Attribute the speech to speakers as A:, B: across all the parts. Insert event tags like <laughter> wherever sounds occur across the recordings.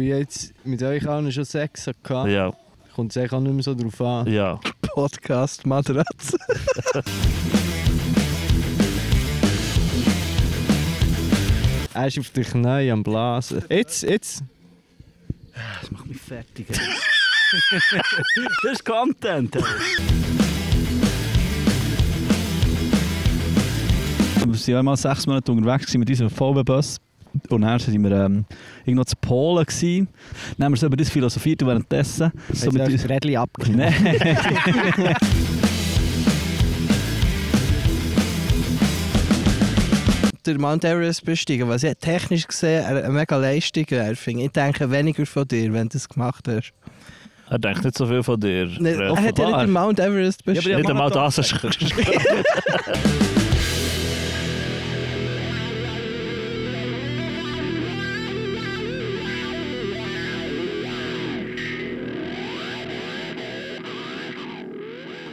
A: ich jetzt mit euch allen schon Sex hatte,
B: Ja,
A: kommt es eigentlich auch nicht mehr so drauf an.
B: ja.
C: Podcast Matratze.
A: <laughs> Er ist auf den Knien am Blasen. Jetzt, jetzt.
C: Das macht mich fertig.
B: <laughs> Das ist Dus Content.
C: Wir waren ja mal sechs Monate unterwegs gewesen mit unserem VW-Bus. Und dann waren wir ähm, irgendwo zu Polen. Gewesen. Dann haben wir so über das philosophiert und währenddessen. So
A: Jetzt
C: mit
A: hast du
C: uns-
A: das Rädchen abgenommen.
C: Nein.
D: <laughs> der Mount Everest besteigen, was ja technisch gesehen eine eine mega Leistung wäre. finde Ich Ich denke weniger von dir, wenn du das gemacht hast.
B: Er denkt nicht so viel von dir.
D: Nee, er hat ja nicht den Mount Everest bestiegen.
B: Nicht einmal das ist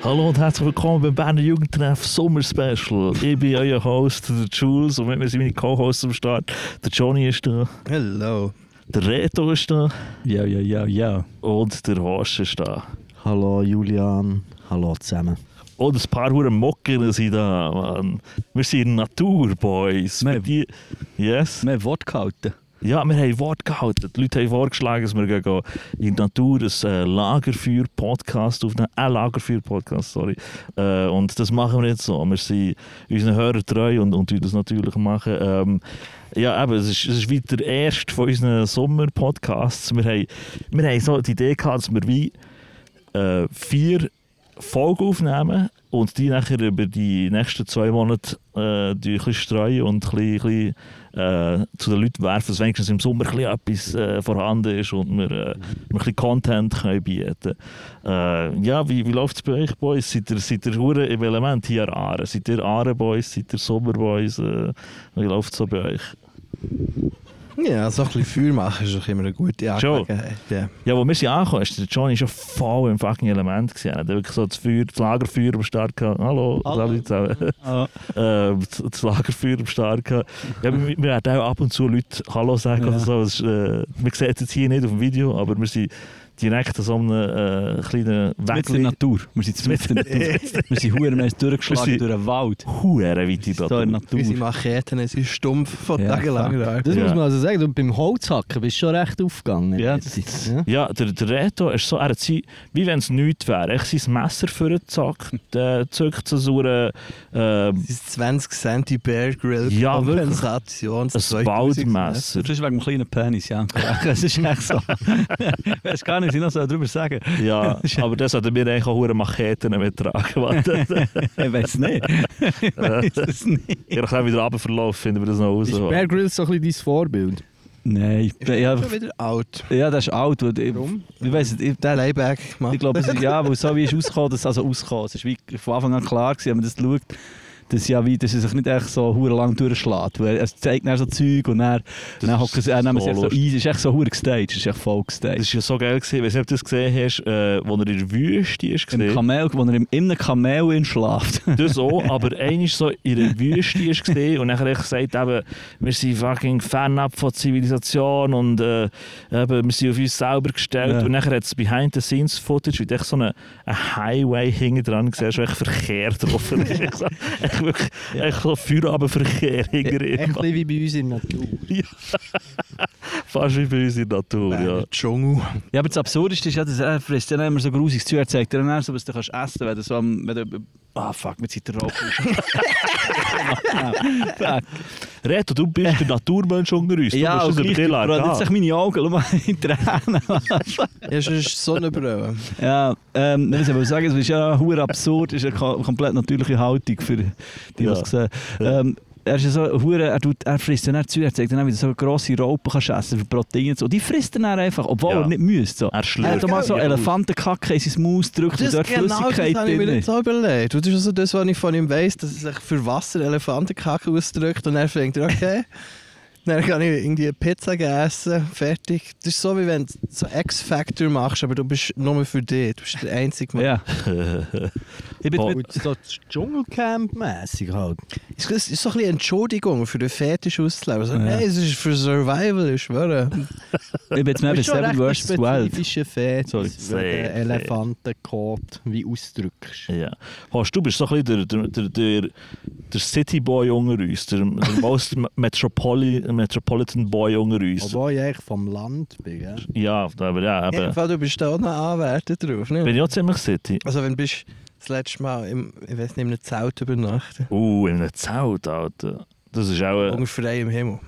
B: Hallo und herzlich willkommen beim Berner Jugendtreff Sommer Special. Ich bin euer Host, der Jules, und mit mir sind meine Co-Hosts am Start. Der Johnny ist da,
D: Hello.
B: der Reto ist da
C: Ja, ja, ja, ja.
B: und der Horst ist da.
A: Hallo Julian, hallo zusammen.
B: Oh, ein paar hure Mocken sind da, Mann. Wir sind Naturboys.
C: Wir-
B: Für die- Yes.
C: Wir haben Wort gehalten.
B: Ja, wir haben Wort gehalten. Die Leute haben vorgeschlagen, dass wir gehen in die Natur einen äh, Lagerfeuer-Podcast aufnehmen. Ein Lagerfeuer-Podcast, sorry. Äh, und das machen wir jetzt so. Wir sind unseren Hörern treu und, und tun das natürlich machen. Ähm, ja, eben, es ist, es ist wie der erste von unseren Sommer-Podcasts. Wir haben, wir haben so die Idee gehabt, dass wir wie äh, vier Folgen aufnehmen und die nachher über die nächsten zwei Monate äh, die ein bisschen streuen und ein bisschen, ein bisschen, äh, zu den Leuten werfen, dass wenigstens im Sommer ein bisschen etwas äh, vorhanden ist und wir, äh, wir ein bisschen Content können bieten können. Äh, ja, wie, wie läuft es bei euch, Boys? Seid ihr, seid ihr hure im Element hier Aare? Seid ihr Aare-Boys? Seid ihr Sommer-Boys? Äh, wie läuft es so bei euch?
D: Ja, so ein bisschen Feuer machen ist doch immer eine gute
B: Schon.
D: Angelegenheit. Ja.
B: Ja, wo wir sie angekommen ist, der Johnny schon voll im fucking Element gesehen. Er hat wirklich so das Feuer, das Lagerfeuer am Start gehabt. Hallo,
A: Hallo.
B: alle zusammen.
C: Ah,
B: äh, das- das Lagerfeuer am Start gehabt. Ja, wir, wir werden auch ab und zu Leute Hallo sagen
C: Ja.
B: oder so. Das ist, äh, man sieht es jetzt hier nicht auf dem Video, aber wir sind direkt an so einem äh, kleinen
C: mit der
B: Weg.
C: Natur. Wir sind mit der Natur. Wir sind huere meist
B: Wir
C: durchgeschlagen
B: sind-
C: durch den Wald.
B: Huere weit in
C: Da in der
B: der
D: Unsere
C: Natur.
D: Macheten sind stumpf von
C: Ja,
D: tagelang.
A: Das
B: Ja.
A: muss man also sagen, du beim Holzhacken bist schon recht aufgegangen.
C: Ja,
A: jetzt.
C: das-
A: ja.
B: Ja, der, der Reto ist so, er hat sein, wie wenn es nichts wäre. Er hat sein Messer für den Zack, der zückt so so eine, äh,
D: Das ist 20 cm Bear Grill
B: Ja, wirklich.
D: Kompensation.
B: ein Waldmesser.
C: Das ist wegen dem kleinen Penis, ja. <laughs> Das ist echt so. Weißt du gar nicht, was ich noch so darüber sagen
B: Ja, aber das hat mir eigentlich auch hure Macheten <laughs> mittragen. Warte,
C: Ich weiß nicht. Ich weiß es nicht.
B: ich habe wieder runterverlaufen, finden wir das noch raus.
A: Ist Bear Grylls so ein bisschen dein Vorbild?
C: Nein, ich,
D: Ich bin
C: ich,
D: schon wieder alt.
C: Ja, das ist alt. weil Ich,
A: Warum?
C: ich weiß nicht, ich,
D: Der Layback
C: ich
D: gemacht.
C: glaube, es- ja, weil so wie es ausgekommen ist, also ausgekommen, es ist wie von Anfang an klar gewesen, wenn man das schaut, dass, ja, wie, dass es sich nicht echt so hure lang durchschlägt. Weil es zeigt dann so Zeug und dann,
B: Das
C: dann
B: ist
C: hocken sie, dann nehmen sie
B: so
C: echt so ein.
B: lustig.
C: Es ist echt so hure gestaged, es ist echt voll
B: Das
C: gestaged.
B: ist ja so geil gewesen, weiss nicht, ob du das gesehen hast, äh, wo er in der Wüste ist <laughs>
C: Im
B: gesehen.
C: Kamel, wo er im, in einem Kamel in schlaft.
B: Das auch, aber einmal so in der Wüste ist gesehen und nachher hat er gesagt, eben, wir sind fucking fernab von Zivilisation und äh, eben, wir sind auf uns selber gestellt.
C: Ja.
B: Und nachher hat es Behind-the-Scenes-Footage, wie du echt so einen einen Highway hinten dran siehst, wo echt Verkehr <laughs> drauf ist. Echt so- echt wirklich, echt so Feierabendverkehr
A: Echt ein
B: hinten drin.
A: bisschen wie bei uns in der Natur.
B: Fast wie bei uns in der Natur, ja.
D: Der Dschungel.
C: Ja, aber das Absurdeste ist ja, eh, dass er frisst dann immer so grusiges Zeug, er zeigt dir dann so, was du kannst essen kannst, wenn du so am... Wenn du, ah, fuck, mit
B: <laughs>
C: seiner Rauchen. fuck.
B: Reto, du bist der Naturmensch unter uns. Du
C: Ja,
B: musst
C: und
B: das über
C: gleich,
B: dich
C: Bro, jetzt
B: lassen.
C: sind meine Augen, schau mal, in Tränen.
D: Ja, sonst Sonnenbrille.
C: <laughs> ja, ähm, das wollte ich sagen, es ist ja hure absurd, es ist eine ko- komplett natürliche Haltung für die, die
B: Ja.
C: es sehen. Ähm, er, ist ja so, hure, er, tut, er nou, frisst dann auch zu, er zeigt dann auch, wie du so grosse Raupen kannst essen für Proteine und so. Und die frisst dann einfach, obwohl
B: Ja.
C: er nicht müsste. So.
B: Er
C: Er
B: schlürft.
C: hat doch mal so
B: Ja,
C: Elefantenkacke in sein Maus gedrückt und
D: Das
C: dort
D: genau das
C: Flüssigkeit
D: habe ich mir
C: drin
D: jetzt
C: ist.
D: auch überlegt. Und Das ist also das, was ich von ihm weiss, dass er sich für Wasser Elefantenkacke ausdrückt und er fängt, okay,
B: <laughs>
D: dann kann ich irgendwie eine Pizza essen, fertig. Das ist so, wie wenn du
A: <laughs>
D: so X-Factor machst, aber du bist nur für dich, du bist der einzige Mann.
C: Ja. Ich bin
A: Oh, so Dschungelcamp-mässig halt.
D: Es ist- es ist so ein bisschen Entschuldigung für den Fetisch auszuleben. Also, Nein, es ist für Survival,
B: <laughs>
D: ich schwöre.
C: Ich bin jetzt mehr bei
A: Das ist schon
C: Seven
A: recht
C: vs.
A: ein
C: Wild.
A: spezifischer Fetisch,
B: Sorry.
A: wenn du
B: Sehr,
A: den Elefantenkot wie ausdrückst.
B: Ja. Horst, du bist so ein bisschen der, der, der, der, der City-Boy unter uns, der, der most Metropoli, Metropolitan-Boy unter uns.
A: Obwohl ich eigentlich vom Land bin. Gell?
B: Ja, aber ja, eben.
D: Jedenfalls, du bist da auch noch anwärter drauf. Ne?
B: Bin ich auch ziemlich City.
D: Also wenn du bist das letzte Mal im, ich weiß nicht, in einem Zelt übernachten.
B: Uh, in einem Zelt, Alter. Das ist auch ein,
D: Unter freiem Himmel.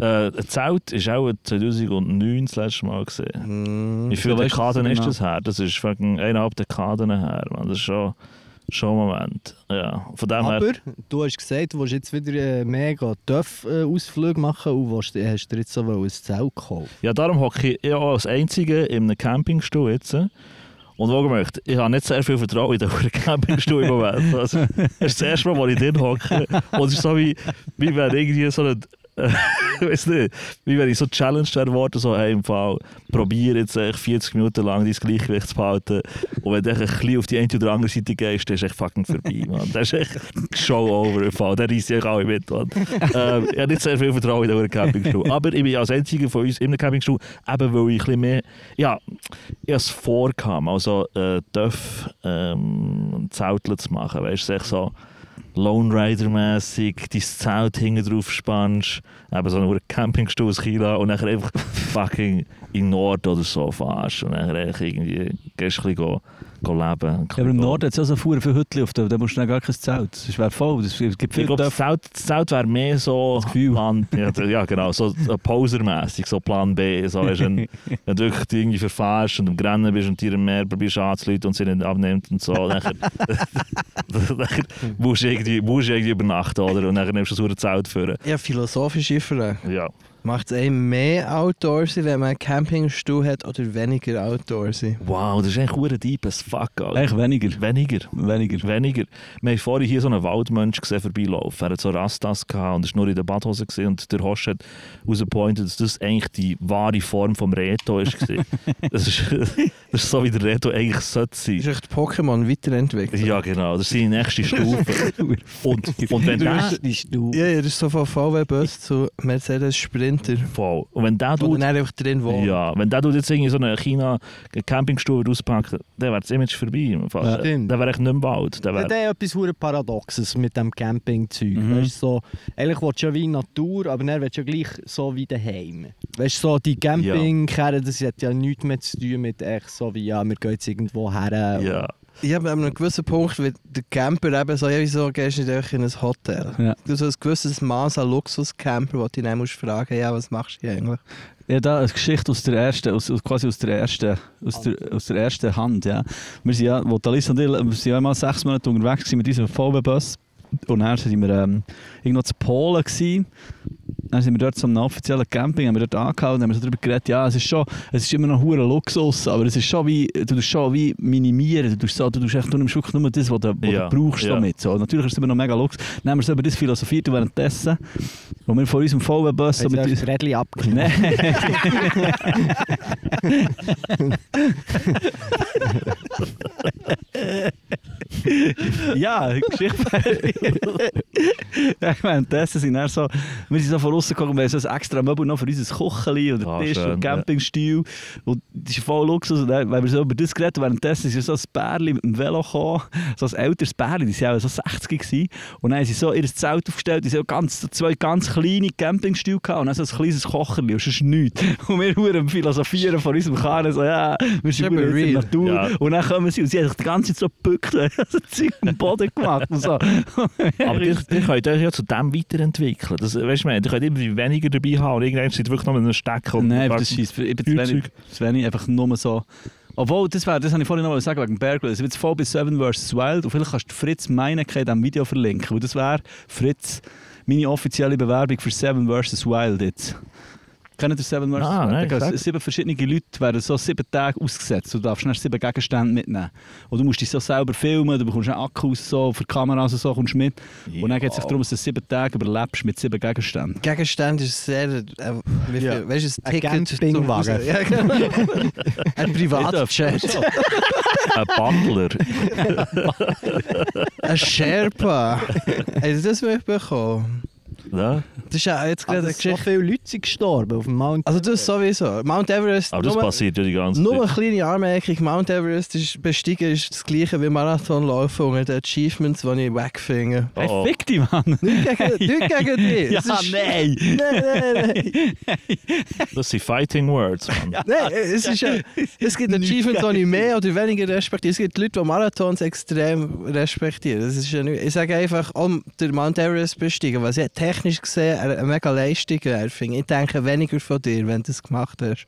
B: äh, ein Zelt ist auch ein 2009 das letzte Mal gesehen.
D: Mm.
B: Wie viele
C: Ja, weißt du
B: Dekaden
C: das
B: ist
C: genau?
B: das her? Das ist fucking eineinhalb Dekaden her, man. Das ist schon, schon ein Moment. Ja, von dem her.
A: Aber du hast gesagt, du willst jetzt wieder äh, mega Dörf-Ausflüge machen und willst, äh, hast dir jetzt so ein Zelt gekauft.
B: Ja, darum hocke ich ja auch als Einzige in einem Campingstuhl jetzt. Und wohlgemerkt, ich habe nicht sehr viel Vertrauen in den <laughs> verdammten Campingstuhl im Moment. Also, das ist das erste Mal, wo ich drin hocke. Und es ist so wie, wie wenn irgendwie so ein... <laughs> äh, Ich weiss nicht, wie wenn ich so challenged wäre worden, so hey, im Fall, probiere jetzt echt 40 Minuten lang dein Gleichgewicht zu behalten und wenn du echt ein bisschen auf die eine oder andere Seite gehst, dann ist echt fucking vorbei, man. Das ist echt show over im Fall, der reißt dich alle mit, man. Ähm, ich habe nicht sehr viel Vertrauen in den Campingstuhl, aber ich bin als einziger von uns in der Campingstuhl, eben weil ich ein bisschen mehr, ja, ich es vorkam, also äh, Dörf ähm, Zelteln zu machen, weißt du, echt so Lone Rider-mässig, dein Zelt hinten drauf spannst, eben so einen verdammten Campingstuhl aus China und dann einfach fucking in den Nord oder so fährst und dann einfach irgendwie gehst du ein bisschen go, go leben. ein
C: Ja, aber
B: bisschen
C: im
B: go-
C: Norden hat es auch so Fuhren für Hütchen auf der, da musst du dann gar kein Zelt. Das wäre voll. Es gibt
B: Ich
C: viele
B: glaube, das
C: Dörfer.
B: Zelt, das Zelt wäre mehr so
C: Gefühl.
B: Plan, ja, d- ja, genau, so so posermässig, so Plan B. So, weißt, wenn, wenn du wirklich dich irgendwie verfährst und am Grennen bist und dir im Meer probierst anzuleuten und sie nicht abnimmt und so, dann, <laughs> dann musst, du irgendwie, musst du irgendwie übernachten, oder? Und dann nimmst du das verdammte Zelt für.
D: Ja, philosophische Frage.
B: Ja.
D: Macht es einem mehr Outdoorsy, wenn man einen Campingstuhl hat, oder weniger Outdoorsy?
B: Wow, das ist eigentlich hure deep as fuck, Alter.
C: Eigentlich weniger.
B: Weniger.
C: Weniger.
B: Weniger. Wir haben vorhin hier so einen Waldmensch gesehen vorbeilaufen. Er hat so Rastas gehabt und ist nur in der Badhose gesehen. Und der Horst hat herausgepointet, dass das eigentlich die wahre Form vom Reto ist. gewesen. das, ist das ist so, wie der Reto eigentlich sollte sein.
D: Ist echt Pokémon weiterentwickelt?
B: Ja, genau. Das ist seine nächste Stufe. Und, und wenn der...
D: Ja, ja, das ist so von VW-Bus zu Mercedes-Sprinter.
B: Voll. Und wenn der
D: Wo
B: Dude
D: du dann einfach drin wohnst.
B: Ja, wenn der Dude jetzt irgendwie so eine China-Campingstube rauspacken, dann wäre das Image vorbei.
A: Ja,
B: Ja,
A: stimmt.
B: der wäre echt nicht mehr Wald. Der
A: Ja,
B: wär,
A: der hat etwas hure Paradoxes mit dem Campingzeug.
C: Mhm.
A: Weißt, du, so, eigentlich willst du ja wie in Natur, aber dann willst du ja gleich so wie daheim. Weißt du, so die Campingkerne, das hat ja nichts mehr zu tun mit echt so wie, ja, wir gehen jetzt irgendwo her.
B: ja.
D: Ich habe an einem gewissen Punkt, wenn der Camper eben so, ja, wieso gehst du nicht einfach in ein Hotel?
C: Ja.
D: Du hast so ein gewisses Maß an Luxus-Camper, wo du dich dann musst fragen, ja, was machst du hier eigentlich?
C: Ja, da eine Geschichte aus der ersten, aus, aus, quasi aus der ersten, aus der, aus der ersten Hand, ja. Wir sind ja, wo Alice und ich, wir sind ja mal sechs Monate unterwegs gewesen mit diesem VW-Bus. Und dann sind wir ähm, irgendwo zu Polen gewesen. Dann sind wir dort zum offiziellen Camping, haben wir dort angehalten, haben wir so darüber geredet, ja, es ist schon, es ist immer noch hure Luxus, aber es ist schon wie, du tust schon wie minimieren, du tust so, du tust echt, du nimmst wirklich nur das, was du, was
B: Ja,
C: du brauchst
B: ja.
C: damit, so. Natürlich ist es immer noch mega Luxus. Dann haben wir so über das philosophiert und währenddessen, wo wir vor unserem VW-Bus so
A: So
C: mit
A: das
C: uns-
A: Rädchen abgenommen. <laughs>
C: Nein. ja, Geschichte. <laughs> ja, ich meine, das sind dann so, wir sind so von außen gekommen, wir haben so ein extra Möbel noch für unser Kocheli und
B: Ah,
C: den Tisch
B: schön,
C: und
B: ja.
C: Campingstuhl und das ist voll Luxus und dann, wenn wir so über das geredet haben, währenddessen ist ja so ein Bärli mit dem Velo gekommen, so ein älteres Bärli, die waren auch so 60 gewesen. und dann haben sie so ihr Zelt aufgestellt, die "Oh, haben ganz, so zwei ganz kleine Campingstühle gehabt und dann so ein kleines Kocherli und sonst <laughs> nichts und wir huren am philosophieren von unserem Karren, so ja, wir sind
D: aber
C: verdammt jetzt in der
D: real.
C: Natur
B: Ja.
C: und dann kommen sie und sie haben sich die ganze Zeit so <laughs> gebückt und haben so Zeug im Boden gemacht und <laughs> so.
B: Aber ihr, ihr könnt euch ja zu dem weiterentwickeln. Das, weißt du, man, ihr könnt immer weniger dabei haben und irgendwann seid ihr wirklich noch mit einem Stecker. und
C: Nein,
B: gar-
C: aber das ist ich bin zu wenig,
B: Feuerzeug.
C: zu wenig einfach nur so. Obwohl, das, wär, das habe ich vorhin noch mal sagen wegen Berg. Ich bin jetzt voll bei Seven vs. Wild und vielleicht kannst du Fritz Meinecke in diesem Video verlinken. Weil das wäre, Fritz, meine offizielle Bewerbung für Seven vs. Wild jetzt. Kennt ihr Seven Mercy?
B: Ah, nein,
C: da
B: sag.
C: gehen sieben verschiedene Leute werden so sieben Tage ausgesetzt. Du darfst dann sieben Gegenstände mitnehmen. Und du musst dich so selber filmen, du bekommst einen Akku aus so, für die Kameras und so kommst mit. Und dann geht es
B: <laughs>
C: sich darum, dass du sieben Tage überlebst mit sieben Gegenständen.
D: Gegenstand ist sehr. Äh, wie viel,
A: Ja.
D: Weißt du, ein
A: Ein
D: Ticket
A: Campingwagen.
D: Ja, genau. ein Privatjet.
B: Ein Butler.
D: ein Sherpa. Hast du das mitbekommen?
B: ja? Oh,
D: Das ist ja jetzt gerade
A: Aber
D: eine
A: so
D: Geschichte.
A: viele Leute sind gestorben auf dem Mount.
D: Also, das sowieso. Mount Everest.
B: Aber das
D: nur-
B: passiert ja die ganze
D: Nur eine
B: Zeit.
D: kleine Anmerkung, Mount Everest ist, besteigen ist das gleiche wie Marathon laufen unter den Achievements, die ich wegfinge.
B: Oh, oh.
C: Hey, fick
B: <laughs>
C: dich, Mann!
D: Nicht gegen, nicht gegen dich!
C: Ja,
D: Es ist,
C: nein!
D: nein, nein, nein.
B: Das sind Fighting Words, Mann.
D: nein es, ist, ja- es gibt Achievements, die ich mehr oder weniger respektiere. Es gibt Leute, die Marathons extrem respektieren. Das ist ja nicht, ich sage einfach, um den Mount Everest besteigen, was ja technisch gesehen eine, eine mega Leistung wäre, finde ich. Ich denke weniger von dir, wenn du es gemacht hast.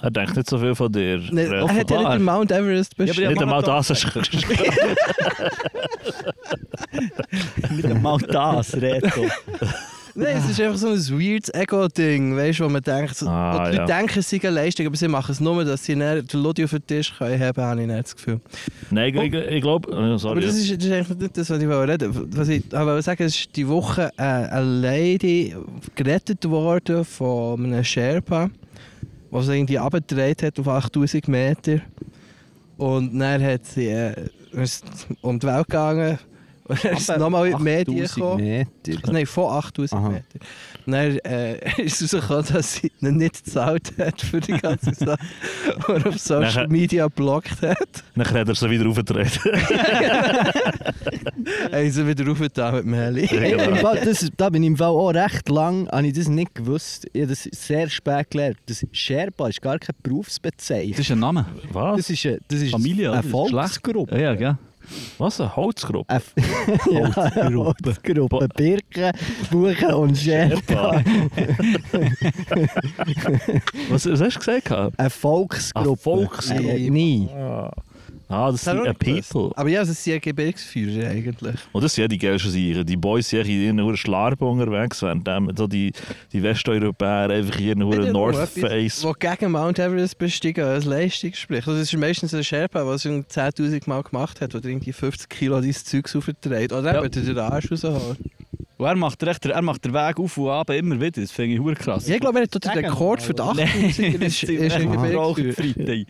B: Er denkt nicht so viel von dir.
D: Nein, er hat ja nicht den Mount Everest
C: aber
D: bestiegen.
B: nicht einmal
C: Marathon-
B: <laughs> das hast du
C: Nicht einmal das, Reto.
D: Nein, es ist einfach so ein weirdes Ego-Ding, weißt du, wo man denkt, so-
B: Ah,
D: wo die
B: ja.
D: Leute denken, es sei eine Leistung, aber sie machen es nur, dass sie dann den Ludi auf den Tisch können, haben, habe ich nicht das Gefühl.
B: Nein, ich, ich, ich glaube. äh,
D: Aber
B: Sorry.
D: das ist, das ist eigentlich nicht das, was ich wollte reden. Was ich aber wollte sagen, es ist die Woche äh, eine Lady gerettet worden von einem Sherpa, der sie irgendwie abgedreht hat auf 8000 Meter. Und dann hat sie äh, ist um die Welt gegangen <laughs> und dann ist sie nochmal in die Medien gekommen.
A: Meter.
D: Also Nein, von 8000
A: Aha.
D: Meter. Dann <laughs> äh, ist rausgekommen, dass sie ihn nicht gezahlt hat für die
A: <laughs>
D: ganze Sache. und auf Social
B: Nachher-
D: Media blockt hat.
B: Dann hat er sie wieder aufgetreten.
D: Haben sie wieder aufgetan mit Meli.
A: Ey, im Fall, das, da bin ich im Fall auch recht lang, habe ich das nicht gewusst. Ich habe das sehr spät gelernt. Das Sherpa ist gar keine
C: Das
A: Berufsbezeichnung.
C: ist ein Name.
A: Das
B: Was?
A: ist eine, das ist
C: Familie,
A: eine
C: oder? Ja,
A: Volksgruppe.
C: Oh, ja, gell?
B: Was? Eine Holzgruppe?
A: Eine F- <laughs> Ja, Volksgruppe. Birken, Buchen und
B: <laughs>
A: Sherpa.
B: Was, was hast du gesagt? gehabt?
A: Eine Volksgruppe.
B: Eine Volksgruppe.
A: Äh, Nein.
B: Ah, Ah, das
D: Das hab
B: sind
D: ich
B: ein
D: auch nicht
B: People.
D: Aber Ah, ja, das sind ja Gebirgsführer eigentlich.
B: Und das sind ja die geilsten Sachen. Die Boys sind eigentlich in einer Schlarbe unterwegs, während dem- so die, die Westeuropäer einfach in einer North Face.
D: Wo gegen Mount Everest eh, besteigen als Leistung spricht. Also das ist meistens ein dus Sherpa, der es irgendwie 10.000 Mal gemacht hat, wo der irgendwie 50 Kilo dein Zeugs aufdreht. Oder
C: Ja.
D: eben dir den Arsch rausholt.
C: Und er macht, recht, er macht den Weg auf und ab immer wieder. Das finde ich hure krass.
D: Ja, Ich glaube, er hat dort den Rekord für die 8000 ist, ist ein Gebirgsführer.
C: Freitag.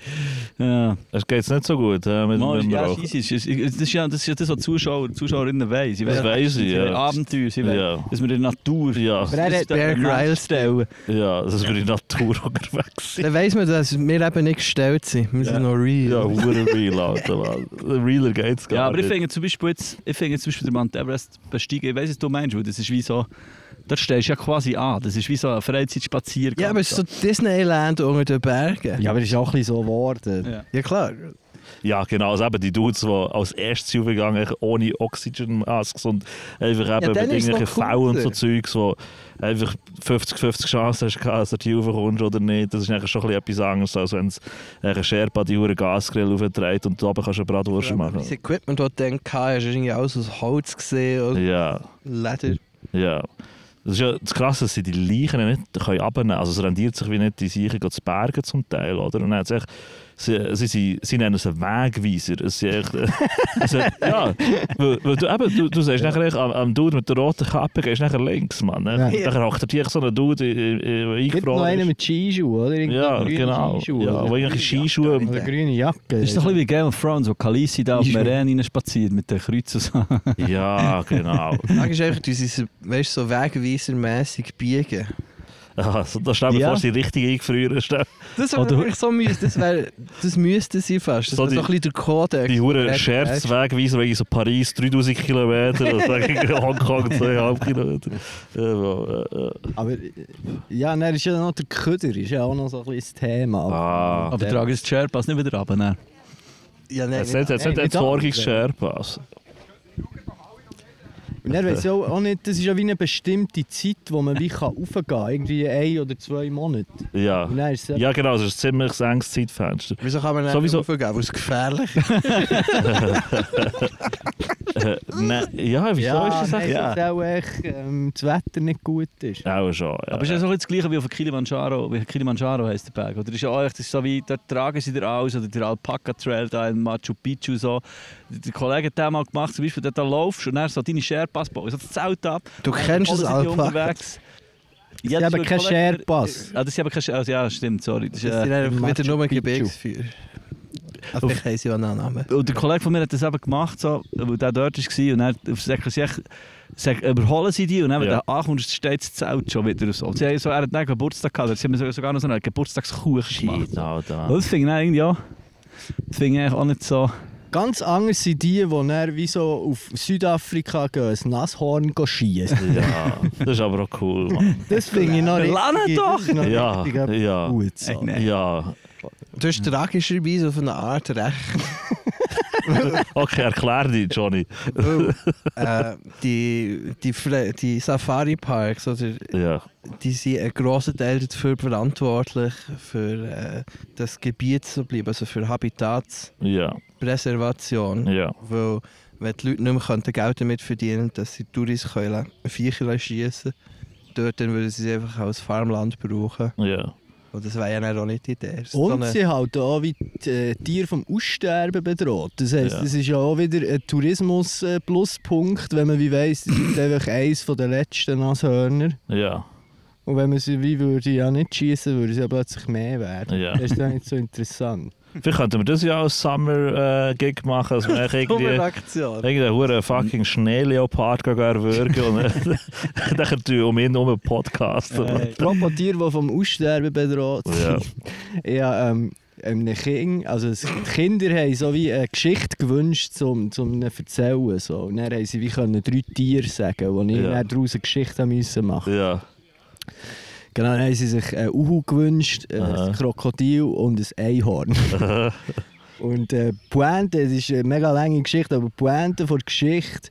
C: Ja,
B: Es geht nicht so gut äh, mit,
C: Mann,
B: mit
C: ist-
B: dem
C: ja,
B: Rauch.
C: scheisse, ist- ist- das ist ja das, ist ja das was die Zuschauer, die Zuschauerinnen wollen. Sie
B: Das
C: wollen
B: weiss ich,
C: sie wollen
B: ja.
C: Abenteuer, sie wollen,
B: Ja,
C: dass wir in der Natur...
B: ja,
D: Aber er
C: Das
D: hat
C: ist der
D: Bear Grylls
C: Stellen.
B: ja, das ist für die Natur unterwegs.
D: Dann weiss man, dass wir eben nicht gestellt sind. Wir
B: Ja.
D: sind noch
B: Ja,
D: real.
B: hure real, Alter. Mann. Realer geht's gar
C: Ja, aber ich
B: nicht.
C: finde zum Beispiel jetzt, ich finde zum Beispiel den Mount Everest besteigen, ich weiss, was du meinst, weil das ist wie so, dort stehst du ja quasi an, das ist wie so ein Freizeitspaziergang.
D: Ja, aber es ist so Disneyland unter den Bergen.
A: Ja, aber das ist auch ein bisschen so geworden.
C: Ja.
D: Ja, klar.
B: Ja, genau. Also eben die Dudes, die als erstes aufgegangen sind, ohne Oxygen Masks und einfach eben
D: dann
B: mit
D: ist es
B: irgendwelchen
D: noch
B: V und so
D: cooler.
B: Zeugs, wo einfach 50-50 Chancen hast, gehabt, dass du die raufkommst oder nicht. Das ist eigentlich schon ein bisschen etwas anderes, als wenn es ein Sherpa die hure Gasgrill aufdreht und da oben kannst du eine Bratwurst machen.
D: Das Equipment, das du dann gehabt hast, ist irgendwie alles aus Holz gesehen und
B: Ja,
D: Leder.
B: ja. Das ist ja das Krasse, dass sie die Leichen nicht können abnehmen können. Also es rendiert sich wie nicht, die Leichen zu bergen zum Teil, oder? Und dann hat's echt, sie, sie, sie, sie nennen es einen Wegweiser. Es sind <laughs> echt, Also, eh, ja, weil, weil du, eben, du, du sagst nachher echt, am, am Dude mit der roten Kappe gehst nachher links, Mann.
A: Ja.
B: Ja. Dann hockt er dich so einen Dude in- in- in-
A: Gibt noch
B: eingefroren.
A: einen
B: ist.
A: mit Skischuhen, oder? Irgendwie
B: Ja,
A: grüne
B: genau.
A: Skischuhe,
B: Ja,
A: oder?
B: wo irgendwelche Skischuhe.
A: Oder grüne Jacke.
C: Das ist doch ein bisschen wie Game of Thrones, wo Khaleesi da auf
A: Ist
C: dem
A: schon-
C: Rennen spaziert mit den Kreuzen. und so.
B: Ja, genau. <laughs>
D: Die Frage ist einfach, unsere, weißt du, so wegweisermässig biegen.
B: Also, da stell mir
C: Ja.
B: vor, sie richtig eingefroren ist.
D: Das
C: Oder-
D: wäre wirklich so müsste, das, wär, das müsste sie fast. Das
B: Ah, So
D: wäre
B: die-
D: so ein bisschen der Kodex.
B: Die Huren
D: Kodex,
B: Scherz
D: weißt
B: wegweisen wegen so Paris 3000 Kilometer und sagen <laughs> Hongkong 2,5 Kilometer. Ja, aber, äh, äh,
A: Aber äh, ja, dann ist ja noch der Köder, ist ja auch noch so ein bisschen das Thema.
B: Ah.
C: Aber tragen das Sherpas nicht wieder runter. ne?
D: du? Ja, nein,
B: Es hat
D: nein.
B: nicht
A: nicht
B: Entsorgungssherpas.
A: Und dann weiss ich auch auch nicht, das ist ja wie eine bestimmte Zeit, wo man wie
C: <laughs>
A: kann raufgehen kann. Irgendwie ein oder zwei Monate.
B: Ja.
A: Und dann ist es
B: ja, genau, es ist ein ziemlich enges Zeitfenster.
D: Wieso kann man nicht
B: Sowieso-
D: raufgehen? Weil es gefährlich ist.
B: Äh, Nein, ja, wieso
A: ja,
B: ist das
A: nein,
B: echt?
C: Ja.
A: dass auch echt, ähm, das Wetter nicht gut ist.
B: Auch schon. Ja.
C: Aber ist ja so ein bisschen das Gleiche wie auf dem Kilimanjaro, wie Kilimanjaro heisst der Berg, oder? Ist ja auch echt, das ist so wie, dort tragen sie dir aus, oder der Alpaka-Trail da in Machu Picchu so. Der Kollege hat den mal gemacht, zum Beispiel, dort da laufst und dann so deine Sherpas bauen, so das Zelt ab.
D: Du kennst
C: Alle
D: es
C: sind hier
D: Alpaka.
C: unterwegs.
A: Sie
C: das
A: haben
C: ist
A: keinen
C: ein Kollege-
A: Sherpas.
C: Ah, das ist eben kein Sherpas, ja stimmt, sorry. Das
D: Das
C: ist,
D: sind
C: äh, <laughs>
D: einfach
A: Machu
D: wieder nur
A: Picchu.
D: Gebirgsfeuer. Also
C: Auf-
D: ich heiße ja einen Namen.
C: Und der Kollege von mir hat das eben gemacht, so, weil der dort war. Und dann auf Säckchen sich- sag, überholen sie die und dann, wenn
B: Ja.
C: du ankommst, steht das Zelt schon wieder. und So. Sie haben so, er hat dann Geburtstag gehabt, oder sie haben sogar noch so einen Geburtstagskuchen gemacht.
B: Shit, Alter.
C: Und das finde ich dann irgendwie auch, das finde ich eigentlich auch nicht so...
A: Ganz anders sind die, die dann wie so auf Südafrika gehen, ein Nasshorn schießen.
B: Ja, das ist aber auch cool, Mann.
C: <laughs>
A: Das finde ich noch
C: Lerne
A: richtig.
C: doch!
A: das ist noch
B: Ja,
A: richtig etwas
B: ja.
A: Gutes.
C: Ey,
A: So.
C: nein.
B: Ja.
D: Du hast tragischerweise auf eine Art recht.
B: Okay, erklär dich, Johnny. <laughs>
D: Weil, äh, die, die, Fre- die Safari-Parks oder
B: Ja.
D: die sind einen grossen Teil dafür verantwortlich, für äh, das Gebiet zu bleiben, also für
B: Ja.
D: Habitatspräservation.
B: Ja.
D: Weil wenn die Leute nicht mehr könnten Geld damit verdienen dass sie Touris können Viecher schießen dort dann würden sie es einfach als Farmland brauchen.
B: Ja.
D: Und das wäre ja dann auch nicht die Idee. So
A: Und
D: eine-
A: sie halten auch wie die äh, Tiere vom Aussterben bedroht. Das heisst,
B: Ja.
A: das ist ja auch wieder ein Tourismus-Pluspunkt, wenn man wie weiss, das ist einfach eines der letzten Nashörner.
B: Ja.
A: Und wenn man sie wie würde ja nicht schießen, würde sie ja plötzlich mehr werden.
B: Ja.
A: Das ist ja nicht so interessant.
B: Vielleicht könnten wir das ja als Summer-Gig machen, also wir eigentlich irgendwie...
D: Aktion.
B: Irgendeinen hohen fucking Schneeleopard gehen erwürgen und dann- <laughs> dann tun wir um ihn herum einen Podcast.
C: Äh,
A: Apropos Tiere, die vom Aussterben bedroht
B: Oh, Ja.
A: sind. <laughs> Ja, ähm, einem Kind, also es- die Kinder haben so wie eine Geschichte gewünscht, zum zum ihnen zu erzählen. So. Und dann haben sie wie können drei Tiere sagen, wo ich
B: Ja.
A: dann daraus eine Geschichte haben müssen machen
B: Ja.
A: Genau, dann haben sie sich einen eh, Uhu gewünscht, äh,
B: Aha.
A: ein Krokodil dus und ein Einhorn. <laughs> und äh, die Pointe, es ist eine mega lange Geschichte, aber die Pointe von der Geschichte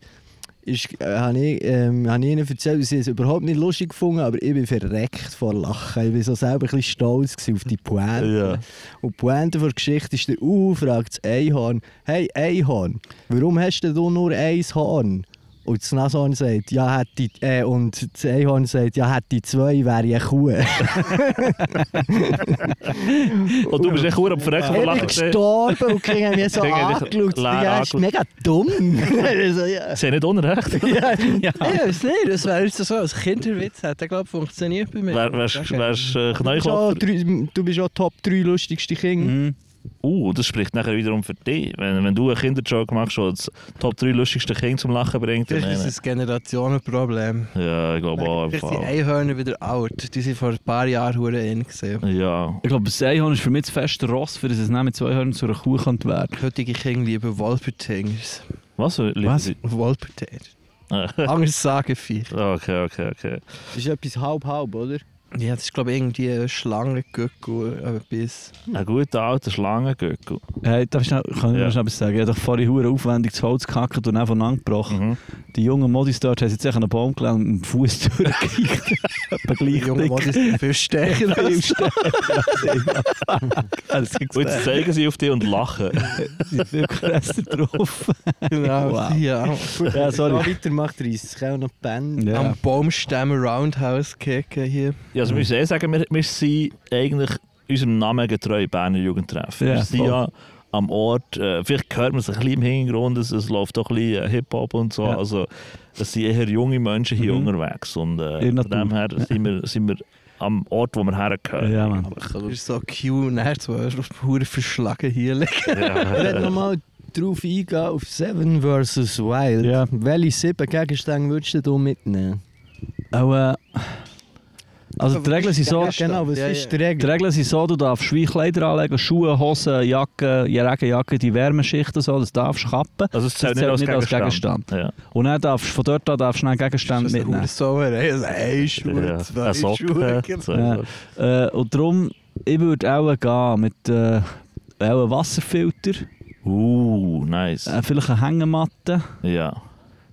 A: ist, äh, habe ich, ähm, habe ich ihnen erzählt, sie haben es überhaupt nicht lustig gefunden, aber ich bin verreckt vor Lachen. Ich war so selber ein bisschen stolz gewesen auf die Pointe.
B: Ja.
A: Und die Pointe der Geschichte ist, der Uhu fragt das Einhorn, «Hey Einhorn, warum hast denn du nur ein Horn?» Und das Nashorn sagt, «Ja, hätte ich, äh, und das Einhorn sagt, «Ja, hätte ich zwei, wäre ich eine Kuh.»
B: <laughs> Und du bist echt verdammt verreckt von
A: Ich bin
B: Lachen. Sie
A: gestorben und die Kinder haben mich so
B: <laughs> Die Kinder haben dich
A: angeschaut.
B: leer
A: Ja, ist
B: angeschaut.
A: mega dumm. <laughs> so, ja.
B: haben nicht unrecht.
A: <laughs> Ja.
D: Ja, das nicht. Das wäre jetzt so als Kinderwitz. Hat der, glaube ich, funktioniert bei mir.
B: Wär- Wärst
D: Okay.
B: wärst, äh,
A: Du bist auch
B: Knäuelklopfer?
A: drei- Du bist auch Top 3 lustigste Kinder.
C: Mhm.
B: Uh, das spricht nachher wiederum für dich. Wenn, wenn du einen Kinderjoke machst, der das Top 3 lustigste Kind zum Lachen bringt, dann
D: Vielleicht ist es ein Generationenproblem.
B: Ja, ich glaube
A: Oh,
B: auch. im
D: Vielleicht sind
B: Fall.
D: Einhörner wieder alt. Die sind vor ein paar Jahren hure in gesehen.
B: Ja.
C: Ich glaube, das Einhorn ist für mich das feste Ross, für das es nicht mit zwei Hörnern zu einer Kuh kann werden
D: Heutige Kinder lieben Wolpertingers.
B: Was?
C: Was? <laughs>
D: Wolpertingers.
B: Ah,
D: Anders sagen viel.
B: Okay, okay, okay.
A: Das ist etwas halb-halb, oder?
D: Ja, das ist, glaube ich, irgendwie ein Schlangengückel. Etwas.
B: Ein guter alter Schlangengöckel.
C: Hey, darf ich schnell, kann ich
B: Ja.
C: noch schnell etwas sagen? Ich habe doch vorhin hure aufwendig das Holz gehackt und aufeinander gebrochen.
B: Mhm.
C: Die jungen Modis dort haben jetzt echt an einen Baum gelangt und mit dem Fuß <laughs> durchgekickt. Etwa
D: Die
C: gleich
D: jungen
C: dick.
D: Modis sind viel
C: <laughs>
D: stärker als
C: Also, ich
B: Und jetzt
C: sehe,
B: zeigen sie auf dich und lachen.
C: sie sind viel gefressen drauf.
D: genau.
C: Wow.
D: Ja.
C: Ja, sorry.
A: <laughs> Wenn weitermacht, reisst es auch noch die Band.
C: Ja.
D: Am Baumstamm Roundhouse kicken hier.
B: Ja, also wir müssen eh sagen, wir, wir sind eigentlich unserem Namen getreu Berner Jugendtreff.
C: Ja,
B: wir sind
C: voll.
B: ja am Ort, äh, vielleicht hört man es ein bisschen im Hintergrund, es, es läuft auch ein bisschen äh, Hip-Hop und so.
C: Ja.
B: Also es sind eher junge Menschen hier
C: Mhm.
B: unterwegs und äh,
C: In der
B: von dem her sind wir, sind wir am Ort, wo wir hergehören.
C: Ja, Mann.
D: Das ist so cute, nerds, die auf Hure verschlagen hier liegen.
A: Ich
B: Ja.
A: werde nochmal drauf eingehen auf Seven vs. Wild.
C: Ja.
A: Welche sieben Gegenstände würdest du mitnehmen?
C: Auch, äh, also die Regeln sind so...
A: genau, was
D: Ja,
A: ist
D: ja.
A: die
C: Die
A: Regel?
C: Regeln sind so, du darfst Schweinkleider anlegen, Schuhe, Hosen, Jacke, ja, Regenjacke, die Wärmeschichten, so, das darfst du kappen.
B: Also es zählt
C: Das
B: nicht als
C: zählt nicht als
B: Gegenstand.
C: Und dann darfst du von dort an darfst du dann Gegenstände
D: Das ist
C: mitnehmen.
D: so ein
B: Ja.
D: Schuh,
B: Ja.
D: zwei
B: Eine Socke,
D: Schuhe.
B: zwei
C: Ja.
B: Socken.
C: Äh, und darum, ich würde auch gehen mit äh, auch einem Wasserfilter,
B: Uh, nice.
C: äh, vielleicht eine Hängematte,
B: Ja.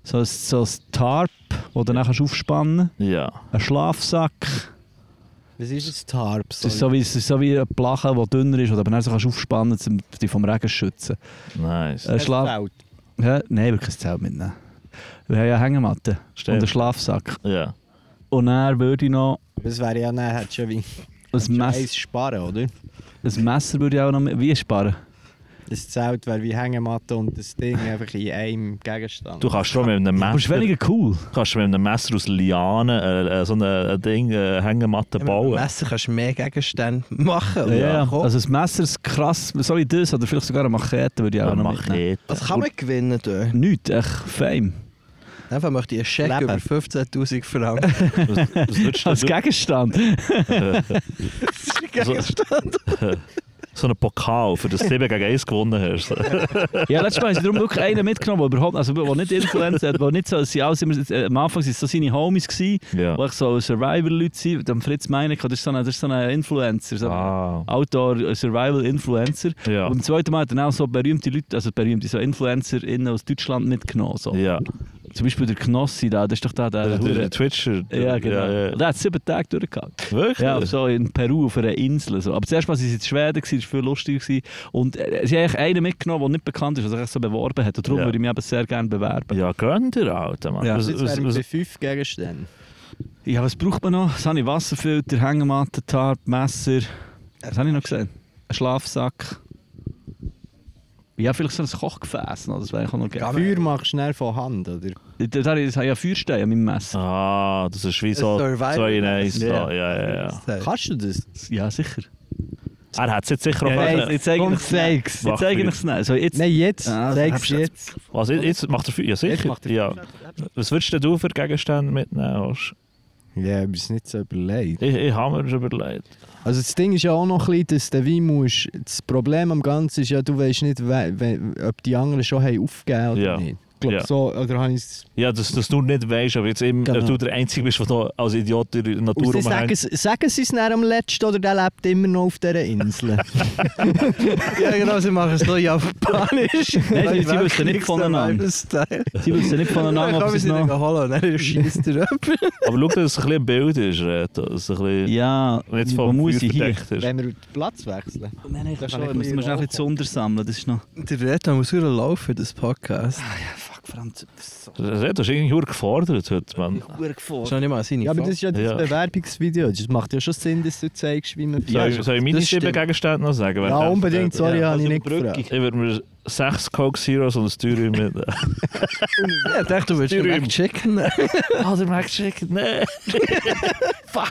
C: so ein, so ein Tarp, das du dann kannst aufspannen
B: Ja.
C: kannst, einen Schlafsack.
A: Was ist das Tarp?
C: Es ist, so wie, es ist so wie eine Plache, die dünner ist, oder dann so kannst du aufspannen kannst, um dich vom Regen zu schützen.
B: Nice.
C: Ein Schlaf ja, nein, wir können das Zelt mitnehmen. Wir haben ja eine Hängematte und einen
B: Stimmt.
C: Schlafsack.
B: Ja.
C: Und dann würde ich noch
A: Das wäre ja dann, hat schon wie
C: ein, Mess,
A: eins sparen, oder?
C: ein Messer würde ich auch noch mit, wie sparen.
A: Das Zelt wäre wie Hängematte und das
C: <laughs>
A: Ding einfach in einem Gegenstand.
B: Du kannst schon mit einem
C: Aber es ist
B: Messer,
C: weniger cool.
B: kannst schon mit einem Messer aus Lianen äh, äh, so ein ein Ding, äh, Hängematte
D: Ja, mit einem
B: bauen.
D: Messer kannst du mehr Gegenstände machen.
C: Ja,
D: oder?
C: ja.
D: Komm,
C: Also ein Messer ist krass, so wie das, oder vielleicht sogar eine Machete würde ich auch
B: Eine
C: noch mitnehmen.
B: Machete.
D: was kann man gewinnen dort?
C: Nichts, echt Fame.
D: Einfach möchte ich einen Scheck
A: Leben.
D: über 15'000 Franken.
B: Was, was würdest
C: <laughs> Als
B: du,
C: Gegenstand.
B: <laughs>
D: <laughs>
C: Also,
D: Genau.
B: so einen Pokal, für das 7 gegen 1 gewonnen hast.
C: ja, letztes Mal haben sie darum wirklich einen mitgenommen, der überhaupt, also der nicht Influencer hat, der nicht so, es sind alles immer, äh, am Anfang waren es so seine Homies, gewesen,
B: ja.
C: die echt so Survival-Leute sind. Dem Fritz Meineck, das ist so ein, das ist so ein Influencer, so ein
B: Ah,
C: Outdoor-Survival-Influencer.
B: ja.
C: Und das zweite Mal hat er auch so berühmte Leute, also berühmte so InfluencerInnen aus Deutschland mitgenommen. So.
B: ja.
C: Zum Beispiel der Knossi da, das ist doch da der...
B: Der, der,
C: Hure-
B: der Twitcher.
C: ja, genau.
B: Ja, ja.
C: Der hat sieben Tage durchgehabt.
B: Wirklich?
C: Ja, so in Peru auf einer Insel. So. Aber zuerst mal waren sie in Schweden, gewesen, das war viel lustiger. Gewesen. Und äh, sie haben eigentlich einen mitgenommen, der nicht bekannt ist, der sich so beworben hat. Und darum
B: Ja.
C: würde ich mich eben sehr gerne bewerben.
B: ja gönn dir, Alter, Mann.
C: Ja.
B: Was,
A: Jetzt
B: was,
A: wären
B: was,
A: bei fünf Gegenständen.
C: Ja, was braucht man noch? Was habe ich? Wasserfilter, Hängematte, Tarp, Messer. Was habe ich noch gesehen? Ein Schlafsack. Ja, vielleicht so ein Kochgefäß noch, das wäre ich auch noch gerne.
A: Feuer machst du schnell von Hand, oder?
C: Das habe ich, das habe ich ja Feuerstein an meinem Messer.
B: ah, das ist wie so
D: Survival.
B: 2 in 1.
C: Ja.
B: Ja, ja, ja.
C: Äh.
A: Kannst du das?
C: Ja, sicher.
B: Er hat es jetzt sicher auch
C: Ja,
B: können.
C: jetzt- jetzt zeige ich
A: Komm,
C: es
A: zeig's.
C: Jetzt zeige ich es nicht. So, jetzt,
A: Nein, jetzt.
C: Ah,
A: Zeig's
C: hab's jetzt.
A: jetzt.
B: Was, jetzt, jetzt macht er Feuer, ja sicher.
A: Jetzt macht er
B: ja. Was würdest denn du für Gegenstände mitnehmen? Osch?
A: Ja, ich hab's nicht so überlegt.
B: Ich, ich habe mir schon überlegt.
A: Also das Ding ist ja auch noch ein bisschen, dass du wie musst. Das Problem am Ganzen ist ja, du weißt nicht, we we ob die anderen schon haben aufgegeben oder
B: Ja.
A: nicht. Ich glaube
B: Ja.
A: so, oder habe ich's-
B: Ja, dus, dass, dass du nicht weißt, ob, jetzt eben,
A: Genau.
B: ob du der Einzige bist, der da oh, als Idiot in der Natur
A: Und sie sagen,
B: rumhängt.
A: es- sagen sie es dann am letzten oder der lebt immer noch auf dieser
B: <laughs>
A: Insel?
D: ja, genau, sie machen es
B: <laughs>
D: nur japanisch.
C: Nein, sie- sie wissen nicht voneinander. Sie wissen nicht voneinander, ob sie es noch...
D: holen, dann schießt er jemand.
B: Aber schau, dass es ein bisschen ein Bild ist, Reto. Dass es ein bisschen,
C: Ja,
B: Jetzt
C: wo
B: vom
C: muss
B: Feuer
C: ich hier?
B: verdeckt ist.
A: Wenn wir den Platz wechseln.
C: Nein, nein, ich
A: Da
C: schon.
A: kann ich
C: Wir müssen
A: ein
C: noch ein bisschen
A: bisschen
C: Zunder sammeln. Das ist noch.
D: Der Reto muss wieder laufen für das Podcast.
C: Ah Ja, fuck, verdammt. So.
B: Reto ist irgendwie verdammt gefordert heute, Mann.
D: Das ist noch nicht mal seine
A: Ja, aber das ist ja das
B: Ja.
A: Bewerbungsvideo. Das macht ja schon Sinn, dass du zeigst, wie man...
B: Soll, ich- soll ich meine
D: das
B: sieben
D: stimmt.
B: Gegenstände noch sagen? Wer
A: Ja,
B: darf
A: unbedingt,
B: das?
A: sorry,
B: Ja.
A: habe ich
C: also
A: nicht
C: Brücke.
A: gefragt.
B: Ich würde mir sechs Coke Zeros und ein
A: <laughs>
B: Styrium mitnehmen.
D: Ja, ich dachte, du willst
B: Styrium.
D: direkt checken.
A: Oh,
B: Ah, der Max schickt, nein.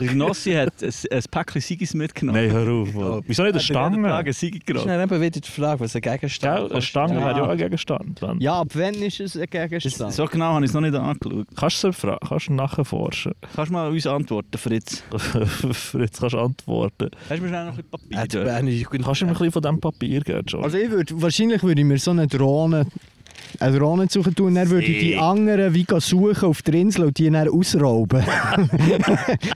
C: Der Gnossi hat ein, ein Päckchen Sigis mitgenommen.
B: Nein, hör auf. Mann. Wieso nicht eine Stange?
C: Tage Sigi
D: Das ist
C: gerade.
D: dann eben wieder die Frage, was ein Gegenstand
B: Gell, eine Stange
A: Ja.
B: wäre ja auch ein Gegenstand. Mann.
A: Ja, ab wann ist es ein Gegenstand?
C: So genau habe ich es noch nicht angeschaut.
B: Kannst du sie fra- kannst du <laughs> nachforschen?
C: Kannst du mal uns antworten, Fritz?
B: Jetzt kannst du antworten.
C: Hast du mir schnell noch ein bisschen
D: Hat
C: Papier?
B: Kannst du mir ein bisschen von diesem Papier geben, John?
A: Also ich würde, wahrscheinlich würde ich mir so eine Drohne, eine Drohne suchen tun und dann würde ich die anderen wie gehen suchen auf der Insel und die dann
B: <laughs>
A: ausrauben.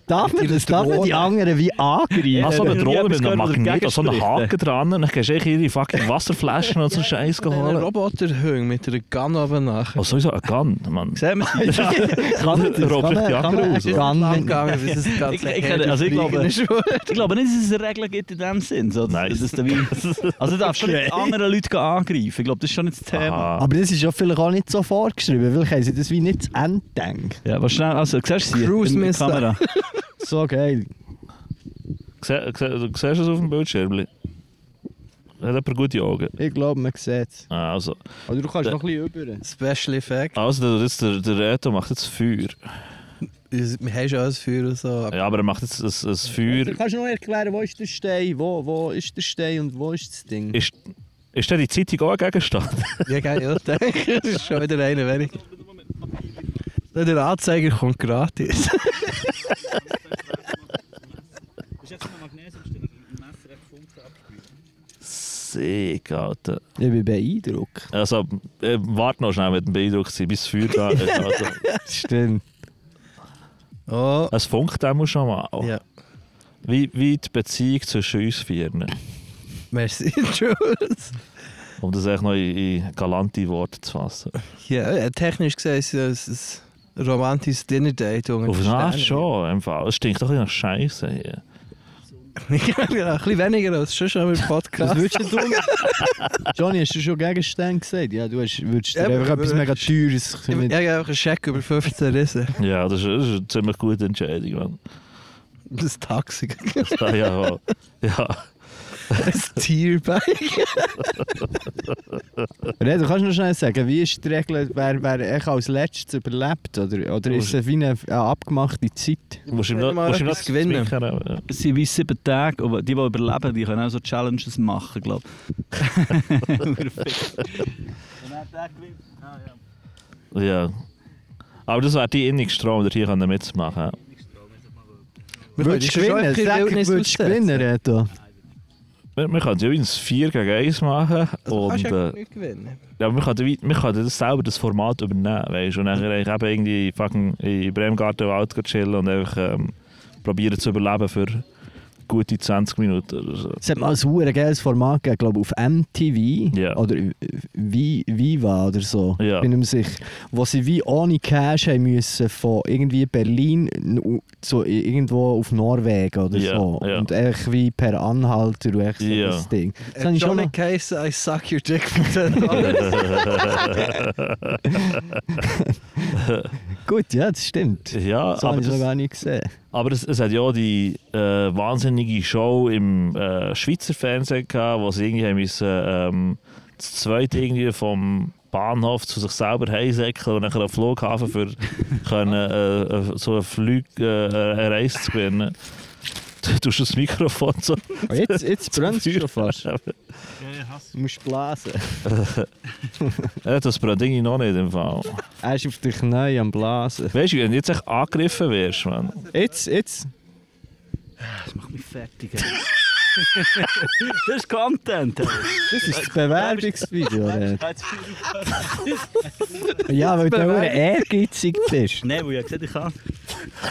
A: darf man das? Darf man die anderen wie
B: <laughs>
A: angreifen?
B: Ah, so eine Drohne mit einem
C: Irgendwas gehört,
B: Magnet, so einen
C: oder
B: Haken dran, dann kannst du echt ihre fucking Wasserflaschen und so einen Scheiß
D: Ein
B: holen.
D: Roboterhung mit einer Gun oben nachher.
B: Oh, sowieso ein Gun, Mann.
C: Sehen wir es?
A: Kann man das?
B: Rob
A: Kann
B: ich
A: man-
B: die
A: kann
B: anderen
A: man
B: raus,
A: einen
D: Lang
A: Gun mitnehmen?
D: gegangen, bis es ganz
C: Ich- ich kenne- also ich glaube- Ich glaube nicht, dass es eine Regel gibt in dem Sinn. So, dass-
B: Nein.
C: dass du wie- Also du darfst schon nicht andere Leute gehen angreifen. Ich glaube, das ist schon nicht das Thema.
B: Aha.
A: Aber das ist ja vielleicht auch nicht so vorgeschrieben, weil haben sie das wie nicht zu Ende gedacht.
C: Ja, was schnell, also, siehst du sie
D: Cruise
C: in der
D: Missile.
C: Kamera?
A: So geil.
B: Gse- gse- Du siehst es auf dem Bildschirm. Hat jemand gute Augen?
A: Ich glaube, man sieht es.
B: Ah, Also,
A: Oder du kannst
B: Ja.
A: noch ein bisschen über.
D: <laughs> Special Effect.
B: also der, jetzt der, der Reto macht jetzt Feuer.
D: Wir haben schon alles für und so.
B: Ja, aber er macht jetzt ein,
A: Du
B: ein Feuer.
A: kannst noch erklären, wo ist der Stein, wo, wo ist der Stein und wo ist das Ding.
B: Ist, ist denn die Zeitung auch ein Gegenstand? <laughs>
D: Ja, geil, ja, denke Das ist schon wieder einer weniger. Der Anzeiger kommt gratis.
B: Sick, Alter.
A: Ich bin beeindruckt.
B: Also, äh, warte noch schnell mit dem Beeindruck zu sein, bis das Feuer da ist. Also,
A: Stimmt.
D: Oh.
B: es funkt auch schon mal.
D: Ja,
B: Wie, wie die Beziehung zwischen uns Vieren.
D: merci. Tschüss.
B: Um das echt noch in, in galante Worte zu fassen.
D: Ja, äh, technisch gesehen ist es ein romantisches Dinner-Date. unter
B: Auf
D: den
B: eine Art
D: Sternen.
B: schon, im Fall. Es stinkt doch ein bisschen nach Scheiße hier.
D: <laughs> Ja, genau, ein bisschen weniger als schon schon mit
A: Was
D: Podcast.
A: würdest du tun? <laughs> Johnny, hast du schon Gegenstände gesagt? Ja, du hast, würdest dir
D: Ja,
A: einfach
D: aber-
A: etwas mega Teures
D: Ich
A: mit...
D: habe einfach einen Scheck über 15 Rissen.
B: Ja, das ist, das ist eine ziemlich gute Entscheidung,
D: <laughs>
B: Mann.
D: Das Taxi.
B: Ja, ja. ja.
D: Das Tierbike.
A: Redo, kannst du noch schnell sagen, wie ist die Regel, wer, wer echt als Letztes überlebt? Oder, oder ist es wie eine, eine abgemachte Zeit?
B: Musst du ihm
D: Wenn
B: noch,
D: mal
B: musst du ihm noch
D: etwas gewinnen.
B: zwinkern, ja.
C: Es sind wie sieben Tage, aber die, die überleben, die können auch so Challenges machen, glaube ich.
B: Ja. Aber das wäre die innigste Raum, der hier können mitmachen
A: <laughs>
B: können.
A: Würdest du gewinnen? Sag, würdest du gewinnen, Redo?
B: Wir, wir können ja wie ein 4 gegen 1 machen.
D: Und,
B: Und, äh,
D: nicht gewinnen.
B: ja, wir können, wie- wir können das selber das Format übernehmen. Weißt? du. Und dann eigentlich eben irgendwie fucking in Bremgarten Wald gehen chillen und einfach ähm, probieren zu überleben für gute 20 Minuten.
A: <laughs>
B: Oder so.
A: Es hat mal ein verdammt geiles Format gegeben, glaube auf MTV
B: Ja.
A: oder äh, Vi- Viva oder so,
B: Ja.
A: bin ich mir sicher, wo sie wie ohne Cash haben müssen von irgendwie Berlin n- zu irgendwo auf Norwegen oder
B: Ja,
A: so
B: ja.
A: und echt wie per Anhalter und echt so
B: Ja.
A: das Ding. Das
D: Äh,
A: habe ich schon
D: Johnny
A: mal...
D: Case, I suck your dick from then on.
A: Gut, ja, das stimmt.
B: Ja,
A: Das
B: aber
A: habe ich noch
B: das,
A: gar nicht gesehen.
B: Aber es, es hat ja auch die äh, wahnsinnige Show im äh, Schweizer Fernsehen gehabt, wo sie irgendwie haben müssen, ähm, das zweite irgendwie vom Bahnhof zu sich selber heimsäckeln und dann am Flughafen für können, äh, äh, so eine, Flug, äh, äh, eine Reise zu gewinnen. Du tust das Mikrofon so.
A: Oh, jetzt
B: <laughs>
A: jetzt brennt es schon fast.
B: Ja,
A: Du musst blasen.
B: Äh, das brennt irgendwie noch nicht im Fall.
A: Er ist auf dich neu am Blasen.
B: Weißt du, wenn du jetzt echt angegriffen wirst, man.
A: Jetzt, jetzt.
C: <laughs> das ist Content.
A: Das ist das
B: <laughs>
A: Bewerbungsvideo. Red. ja, weil du nur ehrgeizig bist.
C: Nein, weil ich gesagt ich kann.